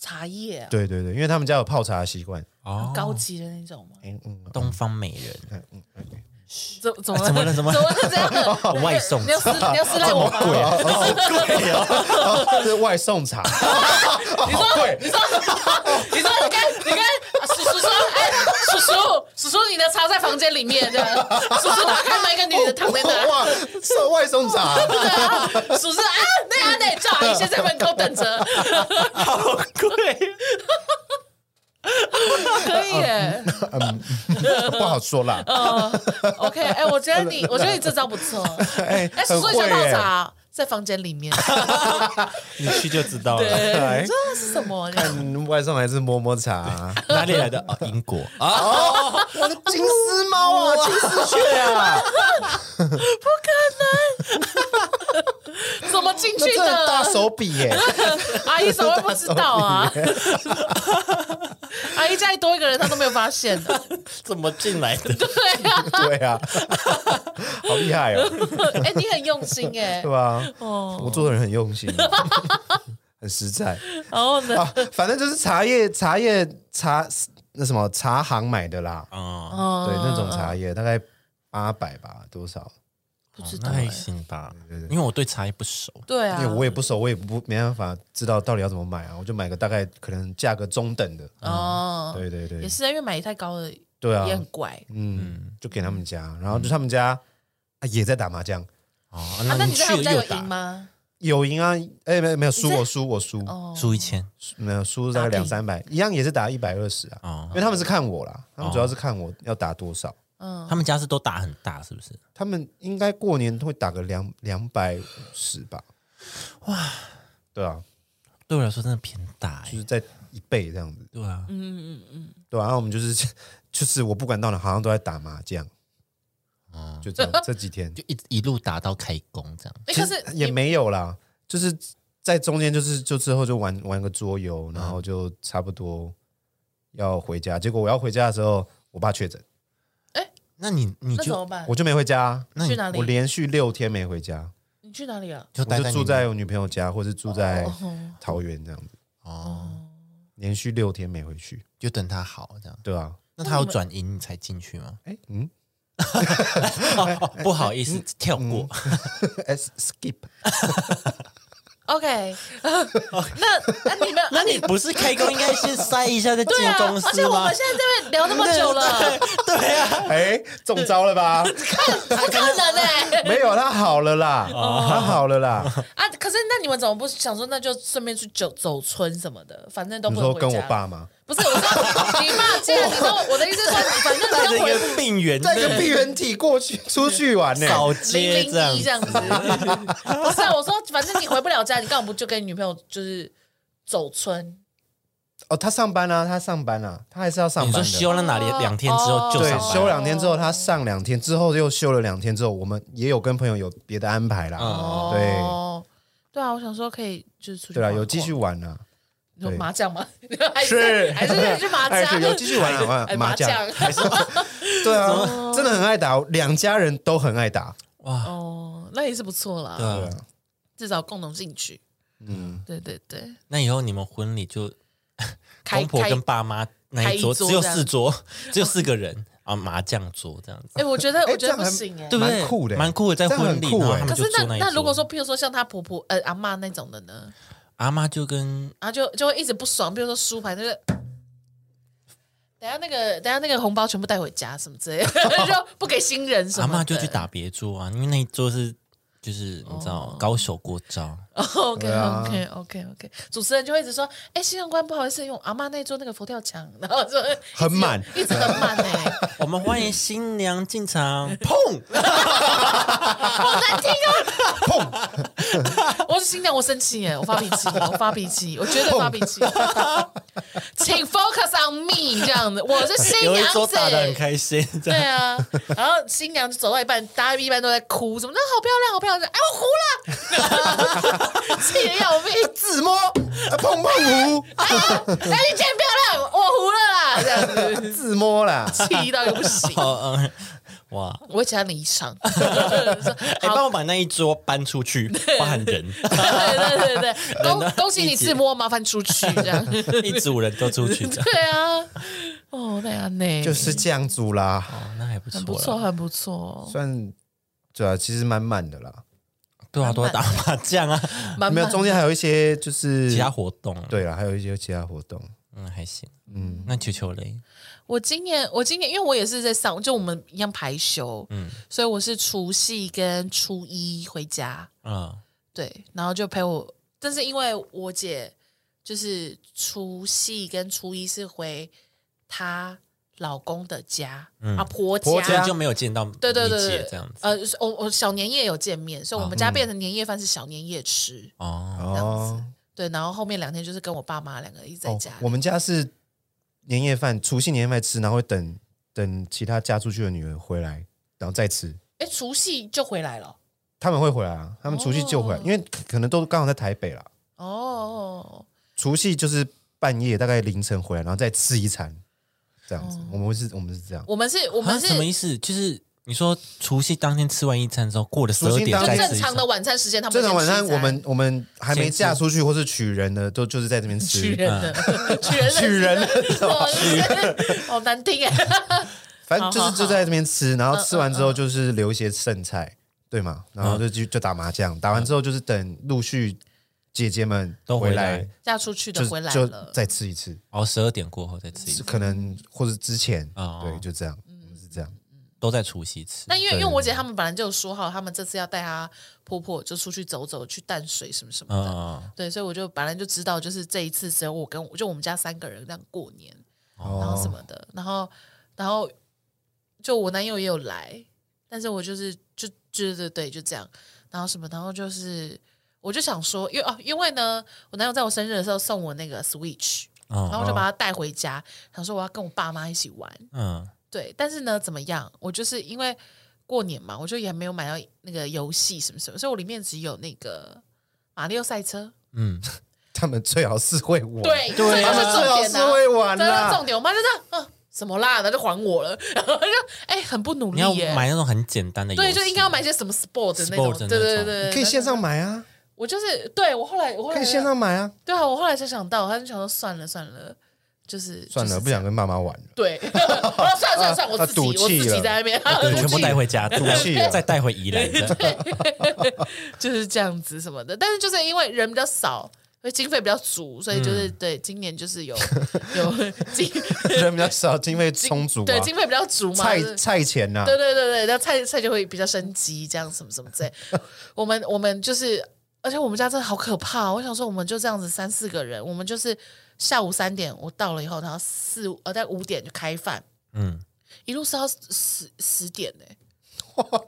S2: 茶叶啊，
S3: 对对对，因为他们家有泡茶的习惯。
S1: 哦
S2: 很高级的那种吗？
S3: 嗯嗯，
S1: 东方美人，
S2: 怎怎么
S1: 怎么了怎么了
S2: 怎么这样？
S1: 外送
S2: 你要撕你要撕烂我吗？
S3: 贵啊，好贵啊！是外送茶，
S2: 你说 你说你说你跟你跟啊叔叔说，哎，叔叔叔叔，你的茶在房间里面，这样叔叔打开门，一个女的躺在那。
S3: 哇，送外送茶，
S2: 对啊， 叔叔啊，那啊那叫阿姨先在门口等 着，
S1: 好贵，
S2: 可以 耶。
S3: 不好说啦。
S2: 嗯，OK，哎，我觉得你，我觉得你这招不错。
S3: 哎
S2: 哎，，叔
S3: 很
S2: 叔你想
S3: 贵
S2: 泡
S3: 耶！
S2: 茶，在房间里面，
S1: 你去就知道了。
S2: 对，
S3: 哎
S2: 你说那是什么？
S3: 嗯外送还是摸摸茶，
S1: 哪里来的？哦，英国 啊，
S3: 我的金丝猫啊，金丝雀啊，
S2: 怎么进
S3: 那
S2: 去
S3: 真的
S2: 的
S3: 大？手笔耶！
S2: 阿姨怎么会不知道啊？ 阿姨家里多一个人，她都没有发现。
S1: 怎么进来的？
S3: 对啊， 好厉害哦，
S2: 哎、你很用心哎、
S3: 对吧？
S2: 哦，
S3: 我做的人很用心， 很实在
S2: 然后呢？
S3: 啊。反正就是茶叶、茶叶、茶那什么茶行买的啦，
S1: 哦，
S2: 哦，
S3: 对，那种茶叶大概八百吧，多少？
S2: 不知道
S1: 那
S2: 哎、
S1: 还行吧，因为我对茶叶不熟。
S2: 对啊
S3: 哦因为，我也不熟，我也不没办法知道到底要怎么买啊，我就买个大概可能价格中等的。
S2: 哦，
S3: 对对嗯对
S2: 也，是啊因为买太高了也
S3: 对啊，
S2: 很怪啊。
S3: 嗯，就给他们家，然后就他们家啊也在打麻将，
S1: 哦，
S2: 啊那
S1: 你
S2: 你
S1: 去
S2: 在他们
S1: 了又
S2: 家有赢
S1: 打，
S2: 吗？
S3: 有赢啊，哎，没有没有输，
S2: 你在
S3: 我输我输，
S2: 哦，
S1: 输一千
S3: 没有输大概
S2: 打平
S3: 两三百，一样也是打一百二十啊，
S1: 哦
S3: 因。为他们是看我啦，他们主要是看我要打多少，
S2: 嗯，
S1: 他们家是都打很大，是不是？
S3: 他们应该过年会打个两两百五十吧，哇，对啊，
S1: 对我来说真的偏大欸
S3: 就，是在一倍这样子，
S1: 对啊，
S3: 对啊，然后我们就是 就是我不管到哪好像都在打麻将，
S2: 哦
S3: 就这样这几天
S1: 就一一路打到开工这样。
S2: 哎、
S3: 其
S2: 可
S3: 实
S2: 是
S3: 也
S2: 你
S3: 没有啦，就是在中间就是就之后就玩玩个桌游，然后就差不多要回家。结果我要回家的时候，我爸确诊，
S1: 那你你
S2: 那怎么
S1: 就
S2: 办
S3: 我？就没回家啊、
S1: 那
S2: 去
S1: 你
S2: 哪里？
S3: 我连续六天没回家，
S2: 你去哪里啊？
S1: 就
S3: 我
S1: 待
S3: 就住
S1: 你
S3: 在我女朋友家，或是住在
S2: 哦
S3: 桃园这样子，
S1: 哦，
S3: 连续六天没回去，
S1: 就等他好这样。
S3: 对啊，
S1: 那他有转阴你才进去吗？
S3: 哎，嗯，
S1: 哦，不好意思，跳过。
S3: 哎，skip，
S2: ，OK，那
S3: 哦
S2: 那 你们
S1: 那你不是开工应该先塞一下再进
S2: 对啊
S1: 公，
S2: 而且
S1: 司
S2: 我
S1: 吗
S2: 们？现在这边聊那么久 了，
S1: 对啊，
S3: 哎，中招了吧？
S2: 不可能哎、
S3: 没有，他好了啦，他好了啦。
S2: 啊！可是那你们怎么不想说，那就顺便去走走村什么的，反正都
S3: 你
S2: 不
S3: 说
S2: 能回家。
S3: 跟我爸吗？
S2: 不是，我说你爸，既然你说我的意思是说，你反正
S1: 带
S2: 你
S1: 着一
S2: 都回
S1: 个病源
S3: 带个病原体过去出去玩呢、
S1: 扫
S2: 零
S1: 街这
S2: 零
S1: 样
S2: 一这样子。不是、啊，我说反正你回不了家，你干嘛不就跟你女朋友就是走村？
S3: 哦，他上班啊，他上班啊，他还是要上
S1: 你
S3: 班
S1: 说
S3: 的。
S1: 休了哪里两天之后就
S3: 对
S1: 上，班
S3: 休两天之后，他上两天之后又休了两天之后，我们也有跟朋友有别的安排啦。
S1: 嗯
S2: 哦，对啊，我想说可以就是出去
S3: 对啦，
S2: 玩
S3: 有继续
S2: 逛
S3: 玩啊啦，
S2: 你说
S3: 对
S2: 麻将吗？还还是可以去
S3: 是
S2: 麻
S3: 还
S2: 将
S3: 是，有继续玩啊
S2: 哎
S3: 麻
S2: 麻
S3: 将，
S2: 将
S3: 还是 对啊，真的很爱打，两家人都很爱打。
S1: 哇，
S2: 哦，那也是不错啦，
S1: 对
S3: 对
S1: 啊
S3: 啊。
S2: 至少共同兴趣。
S3: 嗯，
S2: 对对对，
S1: 那以后你们婚礼就
S2: 开
S1: 公婆
S2: 开
S1: 跟爸妈那
S2: 开
S1: 一
S2: 一
S1: 桌
S2: 桌
S1: 只有
S2: 这样
S1: 四桌，只有四个人啊，麻将桌这样子，
S2: 哎，我觉得
S3: 哎
S2: 我觉得
S3: 这样
S2: 不
S3: 很
S2: 行哎
S1: 对。不对？
S3: 蛮酷的欸
S1: 蛮酷的，在
S3: 这样
S1: 婚
S3: 很
S1: 礼，
S3: 酷
S1: 然后
S3: 哎
S1: 他们
S2: 可是
S1: 就
S2: 那
S1: 坐一桌。
S2: 那如果说，譬如说像他婆婆呃阿妈那种的呢，
S1: 阿妈就跟
S2: 然后就就会一直不爽，比如说输牌就是，等下那个等下那个红包全部带回家什么之类的， 就不给新人什
S1: 阿
S2: 么的。
S1: 妈就去打别桌啊，因为那一桌是就是你知道高手过 招，
S2: OK
S3: 对啊
S2: OK OK OK，主持人就会一直说：“哎、新郎官不好意思，用阿妈那桌那个佛跳墙。”然后就
S3: 很满
S2: 一直很满哎、
S1: 我们欢迎新娘进 场，砰！
S2: 我是新娘，我生气哎、我发脾气，我发脾气，我绝对发脾气。 请 focus on me 这样子，我是新
S1: 有一
S2: 娘
S1: 桌
S2: 子
S1: 打的很开心，这
S2: 对
S1: 样
S2: 啊，然后新娘就走到一半，大家一般都在哭，什么那好漂亮，好漂亮，哎，哎我糊了，气得要命，
S3: 自摸啊碰碰 胡，
S2: 哎，哎你真漂亮，我糊了啦，这样子
S3: 自摸啦。
S2: 气到一个不 行。
S1: 哦嗯，哇！
S2: 我会请他离场，说
S1: 哎，
S2: 好
S1: 帮我把那一桌搬出去，包含人，
S2: 对对对对，恭恭喜你自摸，麻烦出去这样。
S1: 一组人都出去，这 样
S2: 对啊，哦，那样呢，
S3: 就是这样组啦，
S1: 哦那还不
S2: 很不
S1: 错
S2: 错，
S1: 了。
S2: 很不错，
S3: 算对啊，其实蛮满的啦。
S1: 对啊，都在打麻将啊，
S2: 蛮
S3: 没有，
S2: 蛮
S3: 中间还有一些就是
S1: 其他活动，啊
S3: 对啦，还有一些其他活动。
S1: 嗯，还行。嗯，那球球嘞，
S2: 我今年，我今年，因为我也是在上，就我们一样排休，嗯，所以我是除夕跟初一回家，
S1: 嗯，
S2: 对，然后就陪我，但是因为我姐就是除夕跟初一是回她老公的家，
S3: 嗯
S2: 啊婆
S3: 婆
S1: 所
S3: 家
S1: 以就没有见到
S2: 对对
S1: 你
S2: 对
S1: 姐
S2: 对，
S1: 这样子。
S2: 呃，我我小年夜有见面，所以我们家变成年夜饭是小年夜吃。
S1: 哦，
S3: 哦，
S2: 对，然后后面两天就是跟我爸妈两个一直在
S3: 哦
S2: 家里。，
S3: 我们家是年夜饭，除夕年夜饭吃，然后会等等其他嫁出去的女儿回来，然后再吃。
S2: 哎，除夕就回来了。
S3: 他们会回来啊，他们除夕就回来，
S2: 哦
S3: 因为可能都刚好在台北啦。
S2: 哦，
S3: 除夕就是半夜大概凌晨回来，然后再吃一餐，这样子。我们是，我们是这样。
S2: 哦我们是，我
S1: 啊
S2: 们是
S1: 什么意思？就是你说除夕当天吃完一餐之后，过了十
S3: 除
S1: 二
S3: 夕
S1: 点
S3: 当
S1: 啊再
S3: 天
S1: 吃
S2: 正
S1: 一
S2: 常
S1: 餐
S2: 的，晚餐时间，他们
S3: 正常
S2: 会
S3: 晚
S2: 先
S3: 餐
S2: 吃一
S3: 我们我们还没嫁出去或是娶人的，都就是在这 边
S2: 取
S3: 吃。
S2: 人的，
S1: 嗯
S2: 取人的，
S3: 取人的
S2: 什 么意思，好难听哎！
S3: 反正就
S2: 好
S3: 是
S2: 好嗯
S3: 就在这边吃，然后吃完之后就是留一些剩菜，对嘛？然
S1: 嗯
S3: 后就就就打麻将，打完之后就是等陆续姐姐们
S1: 都回
S3: 回
S1: 来
S3: 来，
S2: 嫁出去的
S3: 就
S2: 回来
S3: 就
S2: 了，
S3: 再吃一次，
S1: 哦，十二点过后再吃一
S3: 是
S1: 次，
S3: 可能或是之前，
S1: 哦
S3: 对，就这样，
S2: 嗯
S3: 我们是这样。
S1: 都在除夕吃。
S2: 那因为
S3: 对
S2: 因为我姐他们本来就有说好，他们这次要带她婆婆就出去走走，去淡水什么什么的。
S1: 嗯，
S2: 对，所以我就本来就知道，就是这一次只有我跟我就我们家三个人这样过年，
S1: 哦
S3: 哦
S2: 然后什么的，然后然后就我男友也有来，但是我就是就对对对，就这样，然后什么，然后就是我就想说，因为哦，因为呢，我男友在我生日的时候送我那个 Switch，
S1: 哦
S2: 然后我就把它带回家，想说我要跟我爸妈一起玩，
S1: 嗯，
S2: 对，但是呢，怎么样？我就是因为过年嘛，我就也没有买到那个游戏什么什么，所以我里面只有那个马里奥赛车。
S3: 他们最好是会玩，
S2: 对，这
S1: 对啊
S2: 就是重
S3: 最好
S2: 点
S3: 是
S2: 呐、
S3: 会玩
S2: 这就是
S3: 啦
S2: 重。点。我妈就这样，嗯、什么啦，那就还我了，然后就哎、很不努
S1: 你
S2: 力
S1: 要
S2: 耶、
S1: 买那种很简单的游戏，
S2: 对，就应该要买一些什么 sport 的那种
S1: Sport 的那种
S2: 对对对，
S3: 可以线上买啊，
S2: 我就是对我后来我后来
S3: 可以线上买啊。
S2: 对啊，我后来才想到，他就想说算了算了，就是
S3: 算
S2: 就
S3: 了，
S2: 是
S3: 不想跟妈妈玩了。
S2: 对， 我说算了算了算了，我自己
S3: 啊赌
S2: 我
S3: 气
S2: 自己
S3: 了
S2: 在那边，
S1: 对，全部
S3: 气
S1: 带回家，
S3: 赌气
S1: 再
S3: 了
S1: 再带回宜兰的。
S2: 就是这样子什么的。但是就是因为人比较少。所以经费比较足，所以就是、
S3: 嗯
S2: 对今年就是有 有 经
S3: 人比较少，经费充足、啊，
S2: 对经费比较足嘛，就
S3: 菜
S2: 是
S3: 菜钱啊呐、
S2: 对对对对，那菜菜就会比较升级，这样什么什么 之类。我们我们就是，而且我们家真的好可怕、我想说，我们就这样子三四个人，我们就是下午三点我到了以后，然后四呃在五点就开饭，
S1: 嗯，
S2: 一路吃到十十点呢、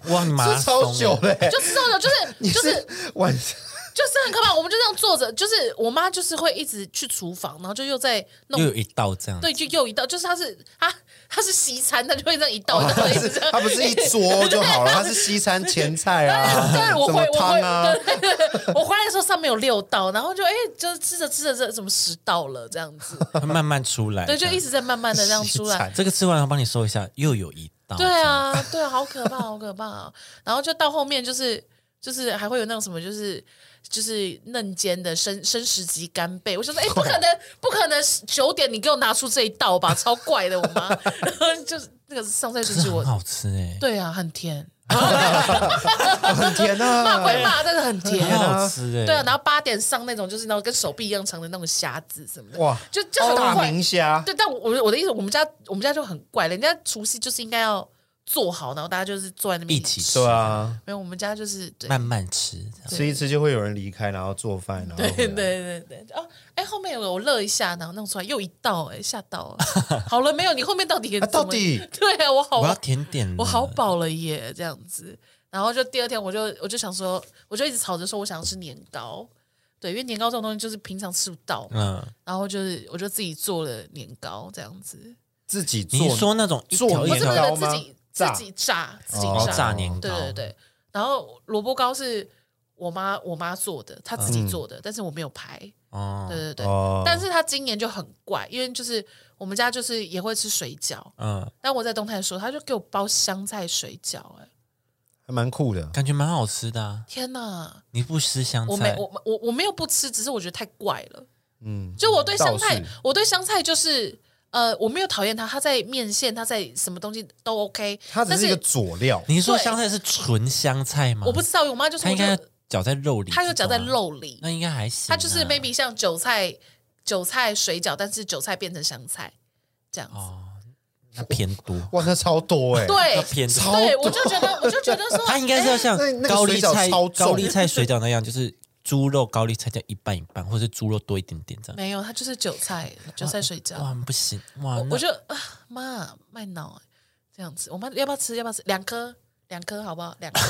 S1: 哇，你马
S3: 这超久嘞、
S2: 就吃到了就是
S3: 你
S2: 就是
S3: 是晚上
S2: 就是很可怕。我们就这样坐着，就是我妈就是会一直去厨房，然后就又在弄
S1: 又有一道这样。
S2: 对，就又一道，就是它是它它是西餐，它就会这样一道一道的一直 这样。
S3: 它不哦 是一桌就好了，它是西餐前菜啊，
S2: 对，我回
S3: 什么
S2: 我回
S3: 汤啊，
S2: 对对对，我回来的时候上面有六道，然后就哎、就是吃着吃着这怎么十道了这样子，
S1: 会慢慢出来。
S2: 对，就一
S1: 直
S2: 直在慢慢的这样出
S3: 西
S2: 来
S3: 餐。
S1: 这个吃完，我帮你收一下，又有一道。
S2: 对，啊，对啊，好可怕，好可怕、哦。然后就到后面就是就是还会有那种什么就是。就是嫩煎的生生食级干贝，我想说，哎、不可能，不可能，九点你给我拿出这一道吧，超怪的，我妈。 然后就是那个上菜时
S1: 这
S2: 期我
S1: 很，好吃哎，
S2: 对啊，很甜，
S3: 很甜
S2: 骂
S3: 啊。
S2: 归骂，但是很甜。
S1: 很好哎吃哎。
S2: 对啊，然后八点上那种就是那种跟手臂一样长的那种虾子什么的，
S3: 哇，
S2: 就就很
S3: 大
S2: 怪。
S3: 明虾，
S2: 对，但我我的意思，我们家我们家就很怪，人家除夕就是应该要做好，然后大家就是坐在那边
S1: 一起吃
S3: 对，啊，
S2: 没有，我们家就是对
S1: 慢慢吃。这样
S3: 吃一吃就会有人离开，然后做饭，然后
S2: 对
S3: 回来
S2: 对对对。哦，哎，后面有个我乐一下，然后弄出来又一道，哎，吓到了。 好了没有？你后面到底怎
S3: 啊
S2: 么
S3: 到底
S2: 对啊，我好
S1: 我要甜点了，
S2: 我好饱了耶，这样子。然后就第二天我就我就想说，我就一直吵着说我想要吃年糕，对，因为年糕这种东西就是平常吃不到嘛。
S1: 嗯，
S2: 然后就是我就自己做了年糕这样子，
S3: 自己做
S1: 你是说那种一条一
S2: 我
S3: 做哦年
S2: 是
S1: 条
S3: 糕
S2: 为了自
S3: 吗
S2: 己自
S3: 炸
S2: 己炸自己
S3: 哦
S1: 哦炸年糕
S2: 对对对。然后萝卜糕是我妈我妈做的，她自
S3: 嗯
S2: 己做的，但是我没有排，
S1: 哦
S2: 对，对对。
S3: 哦
S2: 但是她今年就很怪，因为就是我们家就是也会吃水饺，
S1: 嗯，
S2: 但我在东泰的时候，她就给我包香菜水饺、哎，
S3: 还蛮酷的，
S1: 感觉蛮好吃的啊。
S2: 天哪！
S1: 你不吃香
S2: 我没
S1: 菜，
S2: 我我我没有不吃，只是我觉得太怪了。
S3: 嗯，
S2: 就我对香菜
S3: 倒是，
S2: 我对香菜就是呃，我没有讨厌它，它在面线，它在什么东西都 OK。
S3: 它只
S2: 但
S3: 是一个佐料，
S1: 你是说
S2: 对
S1: 香菜是纯香菜吗？
S2: 我不知道，我妈就是
S1: 它
S2: 我
S1: 应
S2: 觉
S1: 该要
S2: 得
S1: 搅在肉里，
S2: 它有搅在
S1: 这种啊，
S2: 肉里，
S1: 那应该还行啊。
S2: 它就是 maybe 像韭菜韭菜水饺，但是韭菜变成香菜这样子。
S1: 它偏多，
S3: 哇，那超多哎，，
S1: 它
S2: 对，
S1: 偏多。
S2: 对，我就觉得，我就觉得说，
S1: 它应该是要像
S3: 那哎那个
S1: 高丽菜
S3: 水饺超重
S1: 高丽菜水饺那样，就是猪肉高丽菜加一半一半，或者是猪肉多一点点这样。
S2: 没有，它就是韭菜韭菜水饺。
S1: 哇，不行哇！
S2: 我
S1: 那
S2: 我就啊，妈卖脑啊这样子，我妈要不要吃？要不要吃？两颗，两颗好不好？ 两颗。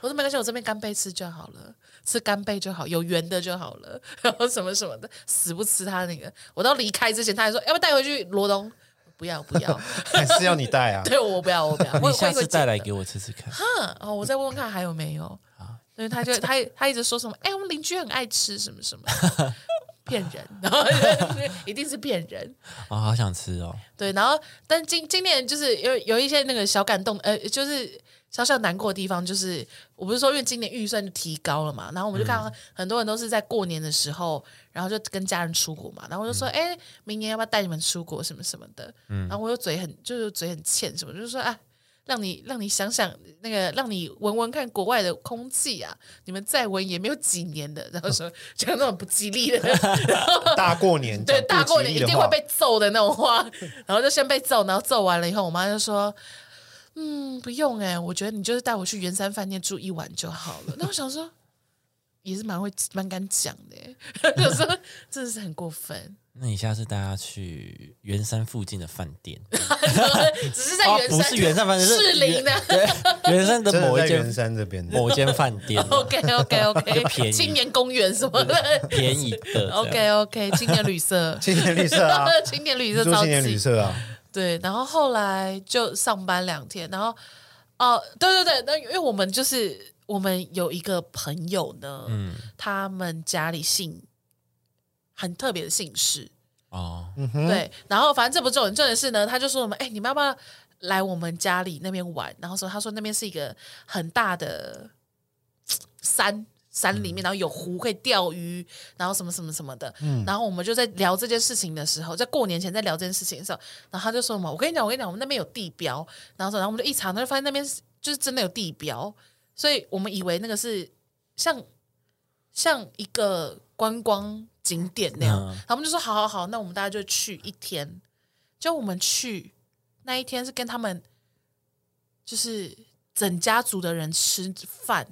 S2: 我说没关系，我这边干贝吃就好了，吃干贝就好，有圆的就好了， 然后什么什么的，死不吃他那个。我到离开之前，他还说要不要带回去罗东？不要不 要，
S3: 还是要你带啊，
S2: 对我不要我不要，我
S1: 你下次再来给
S2: 我。
S1: 我吃吃看。
S2: 嗯，哦，我再问问看还有没有。因为他就他他一直说什么，哎、我们邻居很爱吃什么什么，骗人，然后 就是一定是骗人。
S1: 哦，好想吃哦，
S2: 对，然后但今今年就是有有一些那个小感动，呃，就是小小难过的地方，就是我不是说因为今年预算就提高了嘛，然后我们就看到很多人都是在过年的时候，然后就跟家人出国嘛，然后我就说，哎、明年要不要带你们出国什么什么的，然后我又嘴很就是嘴很欠什么，就是说啊。让你让你想想那个，让你闻闻看国外的空气啊！你们再闻也没有几年的，然后说 讲那种不吉利的，
S3: 大过年
S2: 对，
S3: 讲
S2: 大
S3: 不
S2: 过
S3: 吉
S2: 年
S3: 利
S2: 一
S3: 的
S2: 定会
S3: 话
S2: 被揍的那种话，然后就先被揍，然后揍完了以后，我妈就说：“嗯，不用哎、我觉得你就是带我去圆山饭店住一晚就好了。”那我想说，也是蛮会蛮敢讲的、欸， 有时候真的是很过分，
S1: 那你下次带他去圆山附近的饭店，
S2: 只是在
S1: 哦
S2: 圆山、
S1: 不是圆山饭店，
S2: 士
S1: 是
S2: 林的。
S1: 对圆山的
S3: 真的
S1: 某
S3: 在
S1: 一
S3: 圆
S1: 间
S3: 山这边的。
S1: 某一间饭 店
S2: OK OK
S1: 便宜
S2: OK，青年公园什么的。
S1: 便宜的
S2: OK OK，青年旅社，
S3: 青年旅社 啊，
S2: 青年旅
S3: 你
S2: 社
S3: 住
S2: 超
S3: 青年
S2: 级
S3: 旅社啊，
S2: 对，然后后来就上班两天，然后哦、对对对，那因为我们就是我们有一个朋友呢，
S1: 嗯
S2: 他们家里姓很特别的姓氏，
S1: 哦，
S2: 对，然后反正这不重点，重点是呢，他就说我们，哎、你们要不要来我们家里那边玩？然后说，他说那边是一个很大的嘖山。山里面，然后有湖可以钓鱼，然后什么什么什么的。然后我们就在聊这件事情的时候，在过年前在聊这件事情的时候，然后他就说嘛，我跟你讲，我跟你讲，我们那边有地标。然后说，然后我们就一查，然后就发现那边是就是真的有地标，所以我们以为那个是像像一个观光景点那样。
S1: 嗯
S2: 然后我们就说好好好，那我们大家就去一天。就我们去那一天是跟他们就是整家族的人吃 饭。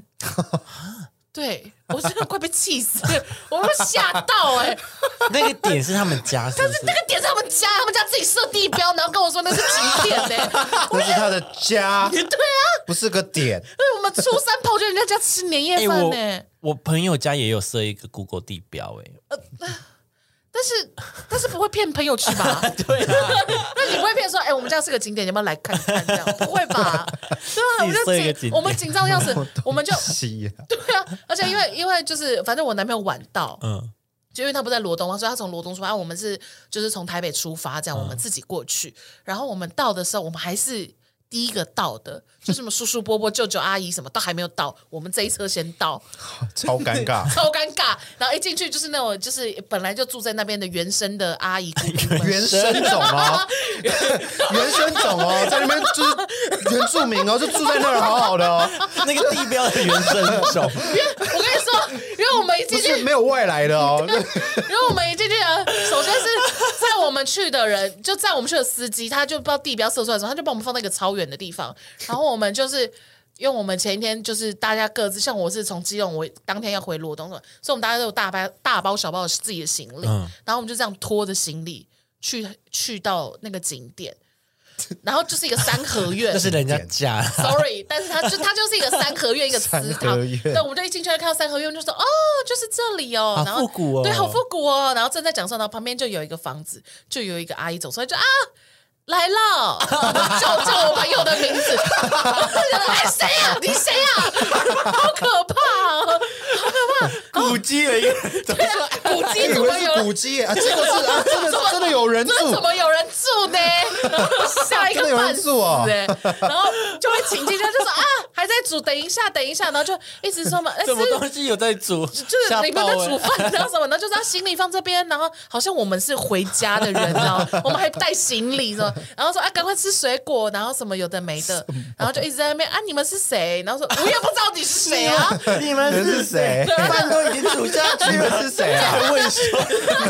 S2: 对我真的快被气死了， 我被吓到哎、
S1: 那个点是他们家，是 不是？
S2: 那个点是他们家，他们家自己设地标，然后跟我说那是景点欸呢、
S3: 那是他的家，
S2: 对啊，
S3: 不是个点。
S2: 因为我们初三跑去人家家吃年夜饭欸呢、
S1: 哎我朋友家也有设一个 Google 地标， 哎，
S2: 但是但是不会骗朋友去吧？
S1: 对啊，
S2: 那你不会骗说，哎、我们家是个景点，你要不要来看 看？这样不会吧？对啊，我们
S1: 自己设一个景
S2: 就紧，
S1: 点
S2: 我们紧张的 要死， 我 们就
S3: 西啊，
S2: 对啊，而且因为因为就是，反正我男朋友晚到，
S1: 嗯，
S2: 就因为他不在罗东嘛，所以他从罗东出发，啊我们是就是从台北出发，
S1: 嗯
S2: 这样我们自己过去。然后我们到的时候，我们还是第一个到的，就什么叔叔伯伯、舅舅阿姨什么，都还没有到，我们这一车先到，
S3: 超尴尬。
S2: 超尴尬。然后一进去就是那种就是本来就住在那边的原生的阿姨姑姑们，
S3: 原生种哦，原生种哦，在那边就是原住民哦，就住在那儿好好的哦，
S1: 那个地标的原生种，
S2: 我跟你说，因为我们一
S3: 不
S2: 进去
S3: 是没有外来的哦。
S2: 因为我们一进去啊，首先是载我们去的人，就载我们去的司机，他就不知道地标设出来的时候，他就把我们放在一个超远的地方，然后我们就是。因为我们前一天就是大家各自，像我是从基隆，我当天要回罗东，所以我们大家都有大包大包小包自己的行李，
S1: 嗯
S2: 然后我们就这样拖着行李去去到那个景点，然后就是一个三 合院，
S1: 那是人家家，
S2: sorry，但是 它就它就是一个三合院，一个祠
S3: 三
S2: 堂
S3: 合。院
S2: 对，我们就一进去看到三合院，就说哦，就是这里哦，
S1: 好
S2: 然后
S1: 复古哦
S2: 对，好复古哦。然后正在讲的时候，然后旁边就有一个房子，就有一个阿姨走出来，就啊。来了， 叫叫我朋友的名字， 我就觉得哎谁呀、你谁呀、 好可怕、哦！
S1: 古迹的一个，
S2: 对啊，古
S3: 以
S2: 迹怎么
S3: 为
S2: 有
S3: 是
S2: 人
S3: 古迹啊，结果是啊，真的真的有人住
S2: 那，怎么有人住 呢？吓一
S3: 真
S2: 个
S3: 的有
S2: 半
S3: 人
S2: 死
S3: 住哦
S2: 哎、然后就会请进去，就说啊，还在煮，等一下，等一下，然后就一直说嘛， 哎、
S1: 什么
S2: 是
S1: 东西有在煮？欸就
S2: 就是你们在煮饭，然后什么，然 后就是要行李放这边，然后好像我们是回家的人，然 后我们还带行李什么，然后说啊，赶快吃水果，然后什么有的没的，然后就一直在那边啊，你们是谁？然后 说我也不知道你是谁啊，
S1: 你们
S3: 人是谁？
S1: 饭都已经煮下
S3: 你
S1: 去了，
S3: 们是谁啊？
S1: 还问说
S2: 然后，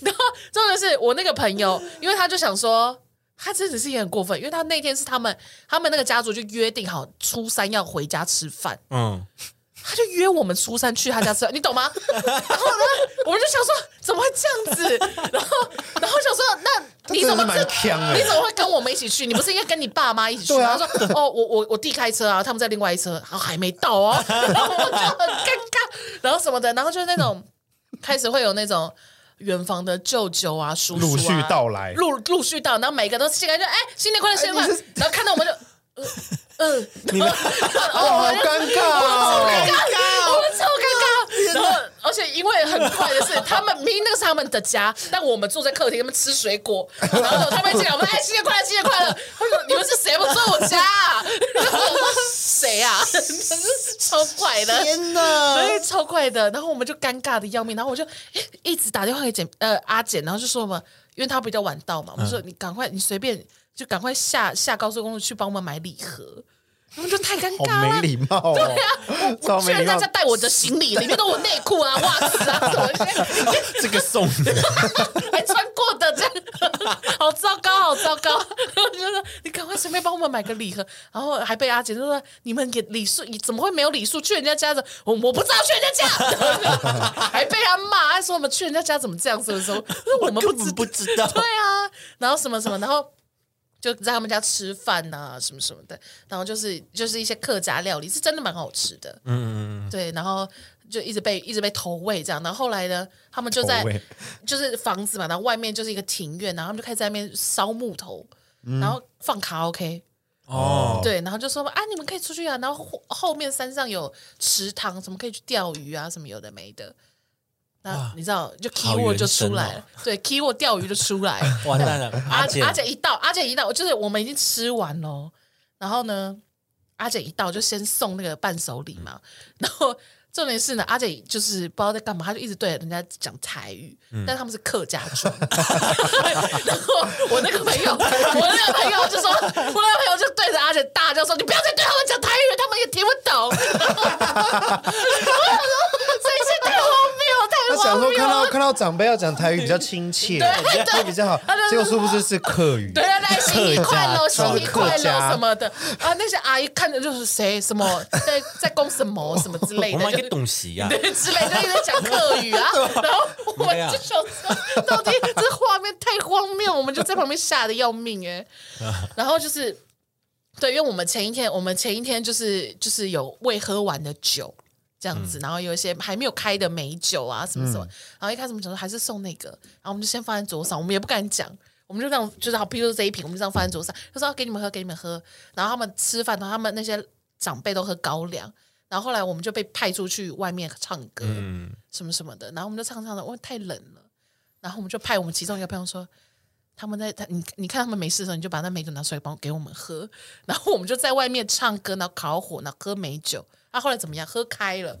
S2: 然后重点是我那个朋友，因为他就想说，他真的是也很过分，因为他那天是他们他们那个家族就约定好初三要回家吃饭，
S1: 嗯，
S2: 他就约我们初三去他家 吃饭，你懂吗？然后呢，我就想说怎么会这样子？然后，然后想说那你
S3: 真
S2: 怎
S3: 的
S2: 么
S3: 是蛮
S2: 知
S3: 呛的
S2: 你怎么会跟我们一起去？你不是应该跟你爸妈一起去？
S3: 对啊
S2: 他说哦，我我我弟开车啊，他们在另外一车，然后还没到 哦，然后我就很尴尬，然后什么的，然后就是那种开始会有那种。远房的舅舅啊，叔叔啊，
S3: 陆续到来
S2: 陆陆续到，然后每个都进来就哎，新年快乐，新年快乐，然后看到我们就，呃，呃
S1: 你们
S2: 然后
S3: 哦，
S2: 我
S3: 好
S2: 们就
S3: 尴尬哦！
S2: 我们超尴尬。然后而且因为很怪的是，他们明明那个是他们的家，但我们坐在客厅，他们吃水果，然后他们进来，我们哎，新年快乐，新年快乐。他说你们是谁？我坐我家、啊，然后我说谁啊？真是超怪 的。
S3: 天哪！
S2: 对，超快的。然后我们就尴尬的要命，然后我就诶一直打电话给简呃阿简，然后就说嘛，因为他比较晚到嘛，我们
S3: 嗯
S2: 说你赶快，你随便就赶快下下高速公路去帮我们买礼盒，然后就太尴尬
S3: 好没
S2: 了。
S3: 礼貌哦，
S2: 啊我
S3: 超
S2: 居
S3: 没
S2: 然
S3: 礼貌
S2: 大。家带我的行李，里面都我内 裤啊、袜子啊什么的，
S1: 这个送的，
S2: 还穿过的，这样好糟糕，好糟糕！我觉得你赶快随便帮我们买个礼盒，然后还被阿姐就说你们给礼数，你怎么会没有礼数？去人家家的，我我不知道去人家家， 还被他骂，还说我们去人家家怎么这样，什么什么，我们不
S1: 根
S2: 知
S1: 本不知道。
S2: 对啊，然后什么什么，然后就在他们家吃饭呐、什么什么的，然后就是就是一些客家料理，是真的蛮好吃的。嗯嗯嗯，对，然后就一直被一直被投喂这样，然后后来呢，他们就在
S3: 投喂
S2: 就是房子嘛，然后外面就是一个庭院，然后他们就开始在那边烧木头，然后放卡拉 OK。
S1: 哦，
S2: 对，然后就说啊，你们可以出去啊，然后后后面山上有池塘，什么可以去钓鱼啊，什么有的没的。那你知道，就
S1: 好
S2: keyword
S1: 原
S2: 就出
S1: 生
S2: 来
S1: 哦
S2: 了，对，keyword 钓鱼就出来了。
S1: 完蛋了，
S2: 阿
S1: 阿姐，
S2: 阿姐一到，阿姐一到，就是我们已经吃完喽。然后呢，阿姐一到就先送那个伴手礼嘛。
S3: 嗯
S2: 然后重点是呢，阿姐就是不知道在干嘛，她就一直对人家讲台语，
S3: 嗯
S2: 但他们是客家庄。 然后我那个朋友，我那个朋友就说，我那个朋友就对着阿姐大叫说：“你不要再对他们讲台语，他们也听不懂。”所以是太荒
S3: 他
S2: 谬，啊太
S3: 想
S2: 荒
S3: 说
S2: 谬
S3: 看到
S2: 了。
S3: 看到长辈要讲台语比较亲切，会比较好
S2: 对，
S3: 结果殊不知是客语。
S2: 对对对，新年快乐，新年快
S3: 客
S2: 乐
S3: 家
S2: 什么的啊！那些阿姨看着就是谁什么在在供什么什么之类
S1: 我
S2: 的，
S1: 们
S2: 就
S1: 给东西呀，
S2: 对之类的，就一直在讲客语啊。然后 我们就想说，到底这画面太荒谬，我们就在旁边吓得要命哎、然后就是，对，因为我们前一天，我们前一天就是就是有未喝完的酒。这样子，然后有一些还没有开的美酒啊，什么什么，然后一开始我们想说还是送那个，然后我们就先放在桌上，我们也不敢讲，我们就这样，就是好，比如说这一瓶，我们就这样放在桌上，就说、啊、给你们喝，给你们喝，然后他们吃饭，然后他们那些长辈都喝高粱，然后后来我们就被派出去外面唱歌，
S1: 嗯，
S2: 什么什么的，然后我们就唱唱的，哇，太冷了，然后我们就派我们其中一个朋友说，他们在他你你看他们没事的时候，你就把那美酒拿出来帮给我们喝， 然后我们就在外面唱歌，然后烤火，然后喝美酒，啊，后来怎么样？喝开了，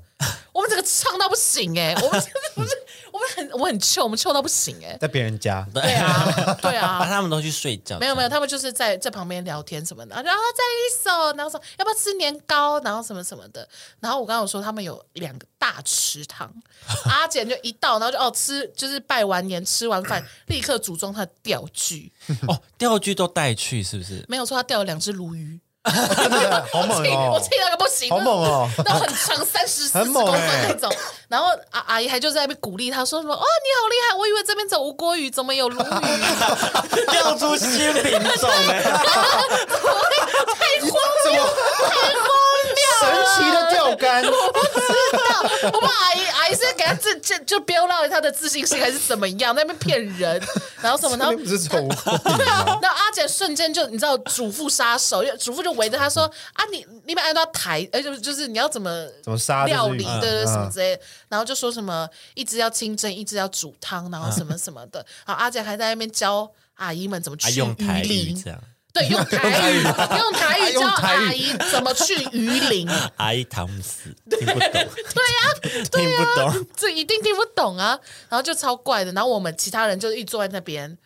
S2: 我们这个唱到不行哎、我们 我们我们很我很臭，我们臭到不行哎、
S3: 在别人家，
S2: 对啊，对
S1: 把
S2: 啊。
S1: 他们都去睡觉，
S2: 没有没有，他们就是在在旁边聊天什么的，啊然后再一首，然后说要不要吃年糕，然后什么什么的。然后我刚刚有说他们有两个大池 塘，阿简就一到，然后就哦吃，就是拜完年吃完 饭，立刻组装他的钓具，
S1: 哦，钓具都带去是不 是？
S2: 没有说他钓了两只鲈鱼，
S3: 真的好猛
S2: 气 我
S3: 哦
S2: 气，到一个不行，啊
S3: 好猛哦！
S2: 那很长，三十四
S3: 很
S2: 十
S3: 猛
S2: 公分
S3: 欸
S2: 那种。然后阿阿姨还就在那边鼓励他说什么：“哦，你好厉害！我以为这边走吴锅鱼，怎么有鲈鱼？
S1: 钓出新品种 哎，
S2: 太荒
S3: 怎么
S2: 谬
S3: 神
S2: 了！
S3: 奇的钓 竿？
S2: 哦知道，我怕阿姨阿姨是给他自就就飙到他的自信心还是怎么样，在那边骗人，然后 什么，然后
S3: 那不是宠物？
S2: 对啊，然后阿姐瞬间就你知道主妇杀手，因为主妇就围着他说啊，你你们按照台，呃，就是就是你要怎么
S3: 怎么杀这只鱼
S2: 料理，
S3: 嗯
S2: 对对
S3: 嗯
S2: 什么之类的，然后就说什么一只要清蒸，一只要煮汤，然后什么什么的，然后阿姐还在那边教阿姨们怎么
S1: 还
S2: 去
S1: 啊用台
S2: 鱼
S1: 语
S2: 鳞
S1: 这，样，
S2: 对，用台语用台
S3: 还
S2: 语
S3: 用
S2: 教
S3: 台语
S2: 阿姨怎么去鱼鳞，
S1: 阿姨唐姆斯听不懂，
S2: 对啊呀、
S1: 听不懂，
S2: 这一定听不懂啊。然后就超怪的，然后我们其他人就一直坐在那边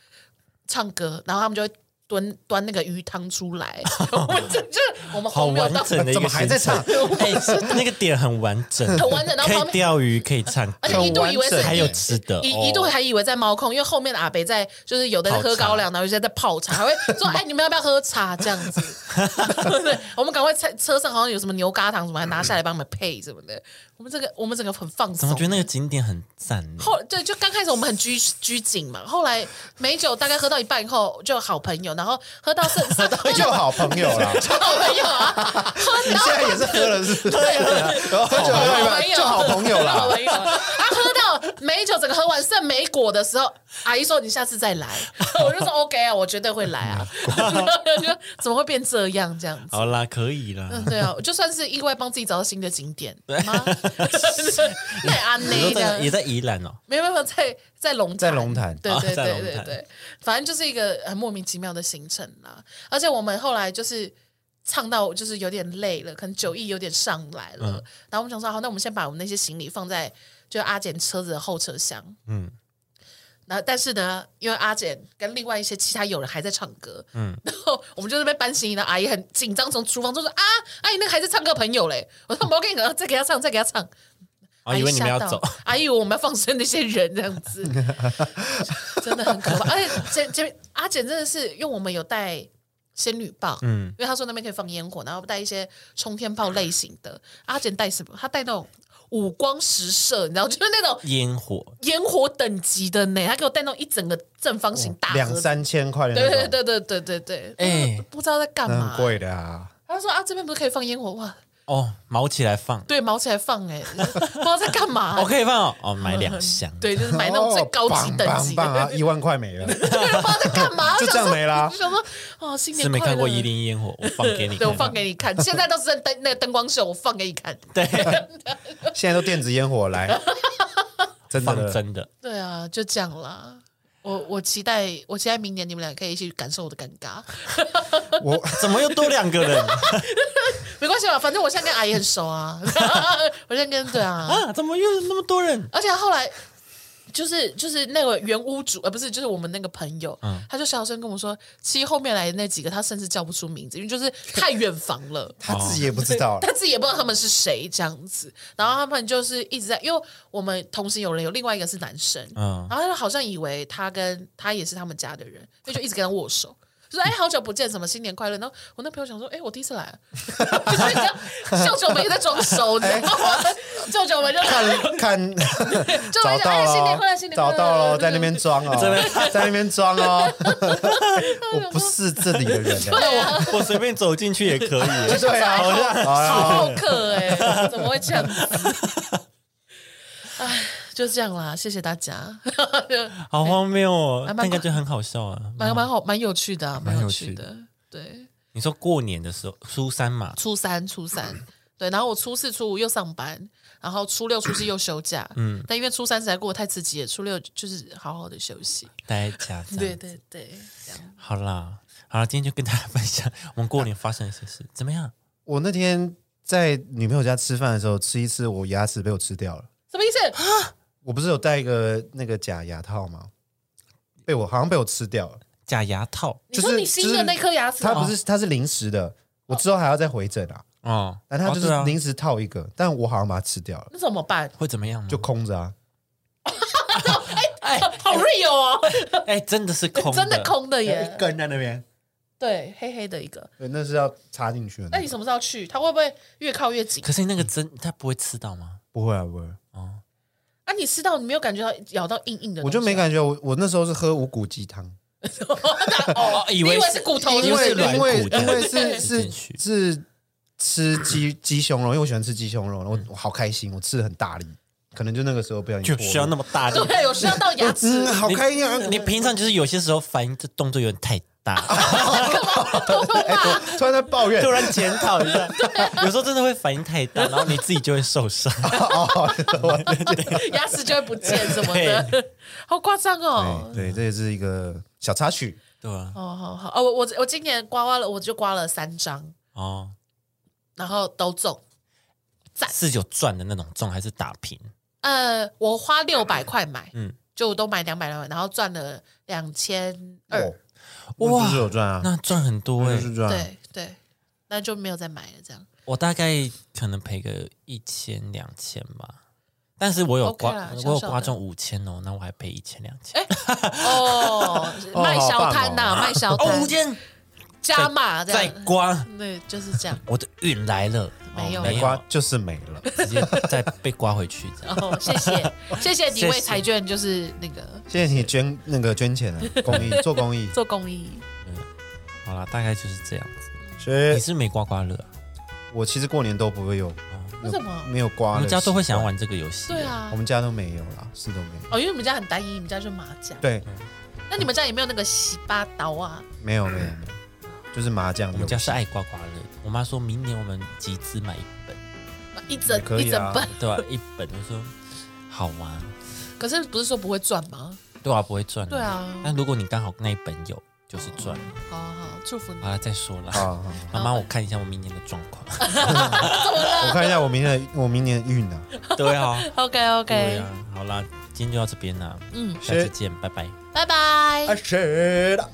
S2: 唱歌，然后他们就会端端那个鱼汤 出来，我们这就我们
S1: 好
S2: 荒谬
S1: 完
S2: 到
S1: 整的一个
S3: 怎么还在唱
S1: 行程？ 哎，那个点很完整，
S2: 很完整，然后
S1: 可
S2: 旁
S1: 以
S2: 边。
S1: 钓鱼，可以唱歌，
S2: 而且一度以为是
S3: 很完整
S1: 还有吃的，
S2: 一一度
S1: 哦
S2: 还以为在猫空，因为后面的阿北在，就是有的在喝高粱，然后有些在泡茶，还会 说：“哎，你们要不要喝茶？”这样子，对，我们赶快在车上好像有什么牛轧糖什么，还拿下来帮你们配什么的。我们这个我们整个很放
S1: 怎
S2: 松
S1: 么，觉得那个景点很赞呢？
S2: 后对，就刚开始我们很拘拘谨嘛，后来美酒大概喝到一半以后，就好朋友，然然后喝到 剩喝到
S3: 就好朋友 啦。
S2: 好朋友啊，喝
S3: 你
S2: 到
S3: 现在也是喝了是不是？对啊，然后就
S2: 好
S3: 喝一
S2: 朋
S3: 半
S2: 友，
S3: 就好朋友
S2: 好
S3: 啦。
S2: 朋友。他喝到美酒整个喝完剩没果的时候，阿姨说你下次再来，我就说 OK 啊，我绝对会来 啊。然后就怎么会变这样这样子？
S1: 好啦，可以啦。
S2: 嗯，对啊，我就算是意外帮自己找到新的景点吗？ 对啊，
S1: 你说
S2: 那
S1: 在也
S2: 的。
S1: 在宜兰哦，
S2: 没有办法，在在龙潭
S3: 在龙潭
S2: 对
S1: 啊
S2: 对
S1: 在
S2: 对
S1: 龙
S2: 对
S1: 潭
S2: 对，反正就是一个很莫名其妙的行程啦。而且我们后来就是唱到就是有点累了，可能酒意有点上来了，然后我们想说，好，那我们先把我们那些行李放在就阿简车子的后车厢，
S1: 嗯，
S2: 然后但是呢，因为阿简跟另外一些其他友人还在唱歌，嗯，然后我们就是被搬行李的阿姨很紧张，从厨房就说啊，阿姨那个还在唱歌朋友嘞，我说我跟你讲，再给他唱，再给他唱，
S1: 啊，以为你
S2: 哎
S1: 们要走，，
S2: 阿姨以为我们要放生那些人这样子， 真的很可怕。而且这这阿简真的是，因为我们有带仙女棒，嗯，因为他说那边可以放烟火，然后带一些冲天炮类型的。阿简带什么？他带那种五光十射，你知道，就是那种
S1: 烟火
S2: 烟火等级的呢。他给我带那种一整个正方形大盒
S3: 两
S2: 子，
S3: 三千块的
S2: 对对
S3: 那种，
S2: 对对对对对，
S1: 哎
S2: 哎，不知道在干
S3: 那很
S2: 嘛。
S3: 贵的啊。
S2: 他说啊，这边不是可以放烟火哇？
S1: 哦，毛起来放，
S2: 对，毛起来放哎、 不知道在干嘛、
S1: 我可以放哦，哦，买两箱，
S2: 对，就是买那种最高级等级
S3: 哦棒棒棒啊，
S2: 的，
S3: 一万块没了，
S2: 对，不知道在干嘛，
S3: 就这样没啦
S2: 我想说，哦，新年
S1: 是没
S2: 快
S1: 看
S2: 乐
S1: 过伊，林烟火，我放给你看，
S2: 对我放给你看，现在都是在灯那个灯光秀，我放给你看。
S1: 对，
S3: 现在都电子烟火来，真
S1: 放
S3: 的
S1: 真的，
S2: 对啊，就这样啦。我我期待，我期待明年你们俩可以一起感受我的尴尬。
S3: 我
S1: 怎么又多两个人
S2: 没关系啊吧，反正我现在跟阿姨很熟啊， 我现在跟对啊，
S1: 啊？怎么又那么多人？
S2: 而且后来。就是就是那个原屋主，呃，不是，就是我们那个朋友，
S1: 嗯
S2: 他就小声跟我说，其实后面来的那几个他甚至叫不出名字，因为就是太远房了。
S3: 他自己也不知道啦
S2: 他自己也不知道他们是谁这样子，然后他们就是一直在，因为我们同行有人有另外一个是男生，
S1: 嗯
S2: 然后他就好像以为他跟他也是他们家的人，所以就一直跟他握 手，就说哎好久不见，什么新年快乐。然后我那朋友想说，哎我第一次来啊， 就是你知道舅舅们又在装熟，你知道吗？舅舅们就来了，
S3: 看看
S2: 舅舅
S3: 找
S2: 们就哎
S3: 到
S2: 新年快乐，
S3: 了
S2: 新，年快乐，
S3: 找到了，在那边装哦，在那边装哦， 我不是这里的人欸，
S2: 对啊，
S1: 我随便走进去也可以，
S3: 对啊，
S1: 好像
S3: 好
S2: 好
S3: 像
S2: 客哎、怎么会这样子？ 哎，就这样啦，谢谢大家。
S1: 好荒谬哦
S2: 还，蛮
S1: 但感觉很好笑啊。
S2: 蛮蛮好，蛮有趣的、啊，蛮有
S1: 有
S2: 趣
S1: 趣
S2: 的。对，
S1: 你说过年的时候，初三嘛，
S2: 初三、初 三，对，然后我初四、初五又上班，然后初六、初七又休假。嗯，但因为初三实在过得太刺激了，初六就是好好的休息。
S1: 待在家这样
S2: 对对对，这样
S1: 好啦，好啦，今天就跟大家分享我们过年发生的一些事，怎么样？
S3: 我那天在女朋友家吃饭的时候，吃一吃，我牙齿被我吃掉了。
S2: 什么意思？
S3: 我不是有戴一个那个假牙套吗？被我好像被我吃掉了。
S1: 假牙套
S2: 你
S3: 就
S2: 说
S3: 是
S2: 你新的那颗牙齿哦
S3: 它
S2: 吗？
S3: 不是，它是临时的，我之后还要再回诊啊。
S1: 哦，
S3: 但它就
S1: 哦对
S3: 是
S1: 啊
S3: 临时套一个，但我好像把它吃掉了，
S2: 那怎么办？
S1: 会怎么样吗？
S3: 就空着啊。
S1: 哎
S2: 好 real 哦，
S1: 哎，真的是空，
S2: 真的。空的
S3: 一
S1: 啊
S2: 耶。
S3: 根在那边，
S2: 对，黑黑的一个。
S3: 对，那是要插进去的
S2: 那
S3: 那
S2: 你
S1: 哎
S3: 个。
S2: 什么时候去？它会不会越靠越紧？
S1: 可是那个针，它不会刺到吗？
S3: 不会啊，不会。
S2: 啊，你吃到你没有感觉到咬到硬硬的？啊
S3: 我就没。感觉，我我那时候是喝五谷鸡汤，
S1: 哦，以
S2: 你以为
S1: 是
S2: 是骨头，
S1: 因为
S2: 是不是
S1: 软
S3: 因为
S1: 骨的
S3: 因为
S2: 对
S3: 是是
S1: 进去
S3: 是吃鸡鸡胸肉，因为我喜欢吃鸡胸肉，然后我我好开心，我吃的很大力，可能就那个时候不小心
S1: 就
S3: 脱
S1: 需要
S3: 落
S1: 那么大力。
S2: 对，有需要到牙齿
S3: 嗯，。好开 心啊！
S1: 你平常就是有些时候反应这动作有点太大，
S3: 哎，我突然在抱怨
S1: 突，然检讨一下，有时候真的会反应太大，然后你自己就会受伤。
S2: 牙齿就会不见什么的， 好夸张哦。
S3: 哎对，对这也是一个小插曲。
S1: 对啊，
S2: 哦，好好哦，我我我今年刮刮了，我就刮了三张，
S1: 哦，
S2: 然后都中。
S1: 是有赚的那种中还是打平？
S2: 呃，我花六百块买，
S1: 嗯
S2: 嗯，就我都买两百两百，然后赚了两千二
S3: 哦，，我就是有赚啊，
S1: 那赚很多哎、
S3: 就是赚啊。
S2: 对对，那就没有再买了这样。
S1: 我大概可能赔个一千两千吧，但是我有
S2: OK
S1: 刮
S2: 啦小
S1: 我有
S2: 小
S1: 刮
S2: 的
S1: 中五千哦，那我还赔一千两千。
S2: 哎 哦，
S3: 哦
S2: 卖小摊
S3: 好
S2: 呐，卖小
S1: 哦，
S2: 摊
S1: 五，千
S2: 加码这
S1: 再
S2: 样，
S1: 刮，
S2: 对，就是这样。
S1: 我的运来了，
S2: 没有
S1: 哦
S3: 没
S1: 没
S3: 刮
S1: 有，
S3: 就是没了。
S1: 直接再被刮回去这样。
S2: 哦，谢谢谢谢你
S1: 谢
S2: 为
S1: 谢
S2: 彩券就是那个
S3: 谢谢你捐那个捐钱啊，公益做公益。
S2: 做公益。
S1: 好啦，大概就是这样子。
S3: 所
S1: 你
S3: 以
S1: 是没刮刮乐啊，
S3: 我其实过年都不会有，
S2: 为什么？
S3: 没有
S1: 我
S3: 刮
S1: 们
S3: 的习惯，
S1: 家都会想玩这个游戏。
S2: 对，啊
S3: 我，们家都没有啦，是都没有。
S2: 哦，因为你们家很单一，你们家就麻将。
S3: 对，
S1: 嗯
S2: 那你们家有没有那个洗八刀啊？
S3: 没有没有没有，就是麻将
S1: 我
S3: 游
S1: 们
S3: 戏
S1: 家。是爱刮刮乐的。我妈说明年我们集资买一本，
S2: 一整、
S3: 也可以啊
S2: 一整本，
S1: 对吧、一本我说好啊，
S2: 可是不是说不会赚吗？
S1: 对啊，不会赚。
S2: 对。啊，
S1: 但如果你刚好那一本有，就是赚。
S2: 好好好，祝福你。
S1: 好了，再说了。
S3: 好好好，
S1: 妈妈，我看一下我明年的状况。
S3: 我看一下我明年我明年运啊。
S1: 对啊，
S2: OK
S1: 对
S2: OK，
S1: 啊。好啦，今天就到这边啦，
S2: 嗯，
S1: 下次见，拜拜。
S2: 拜拜。
S3: 啊，是的。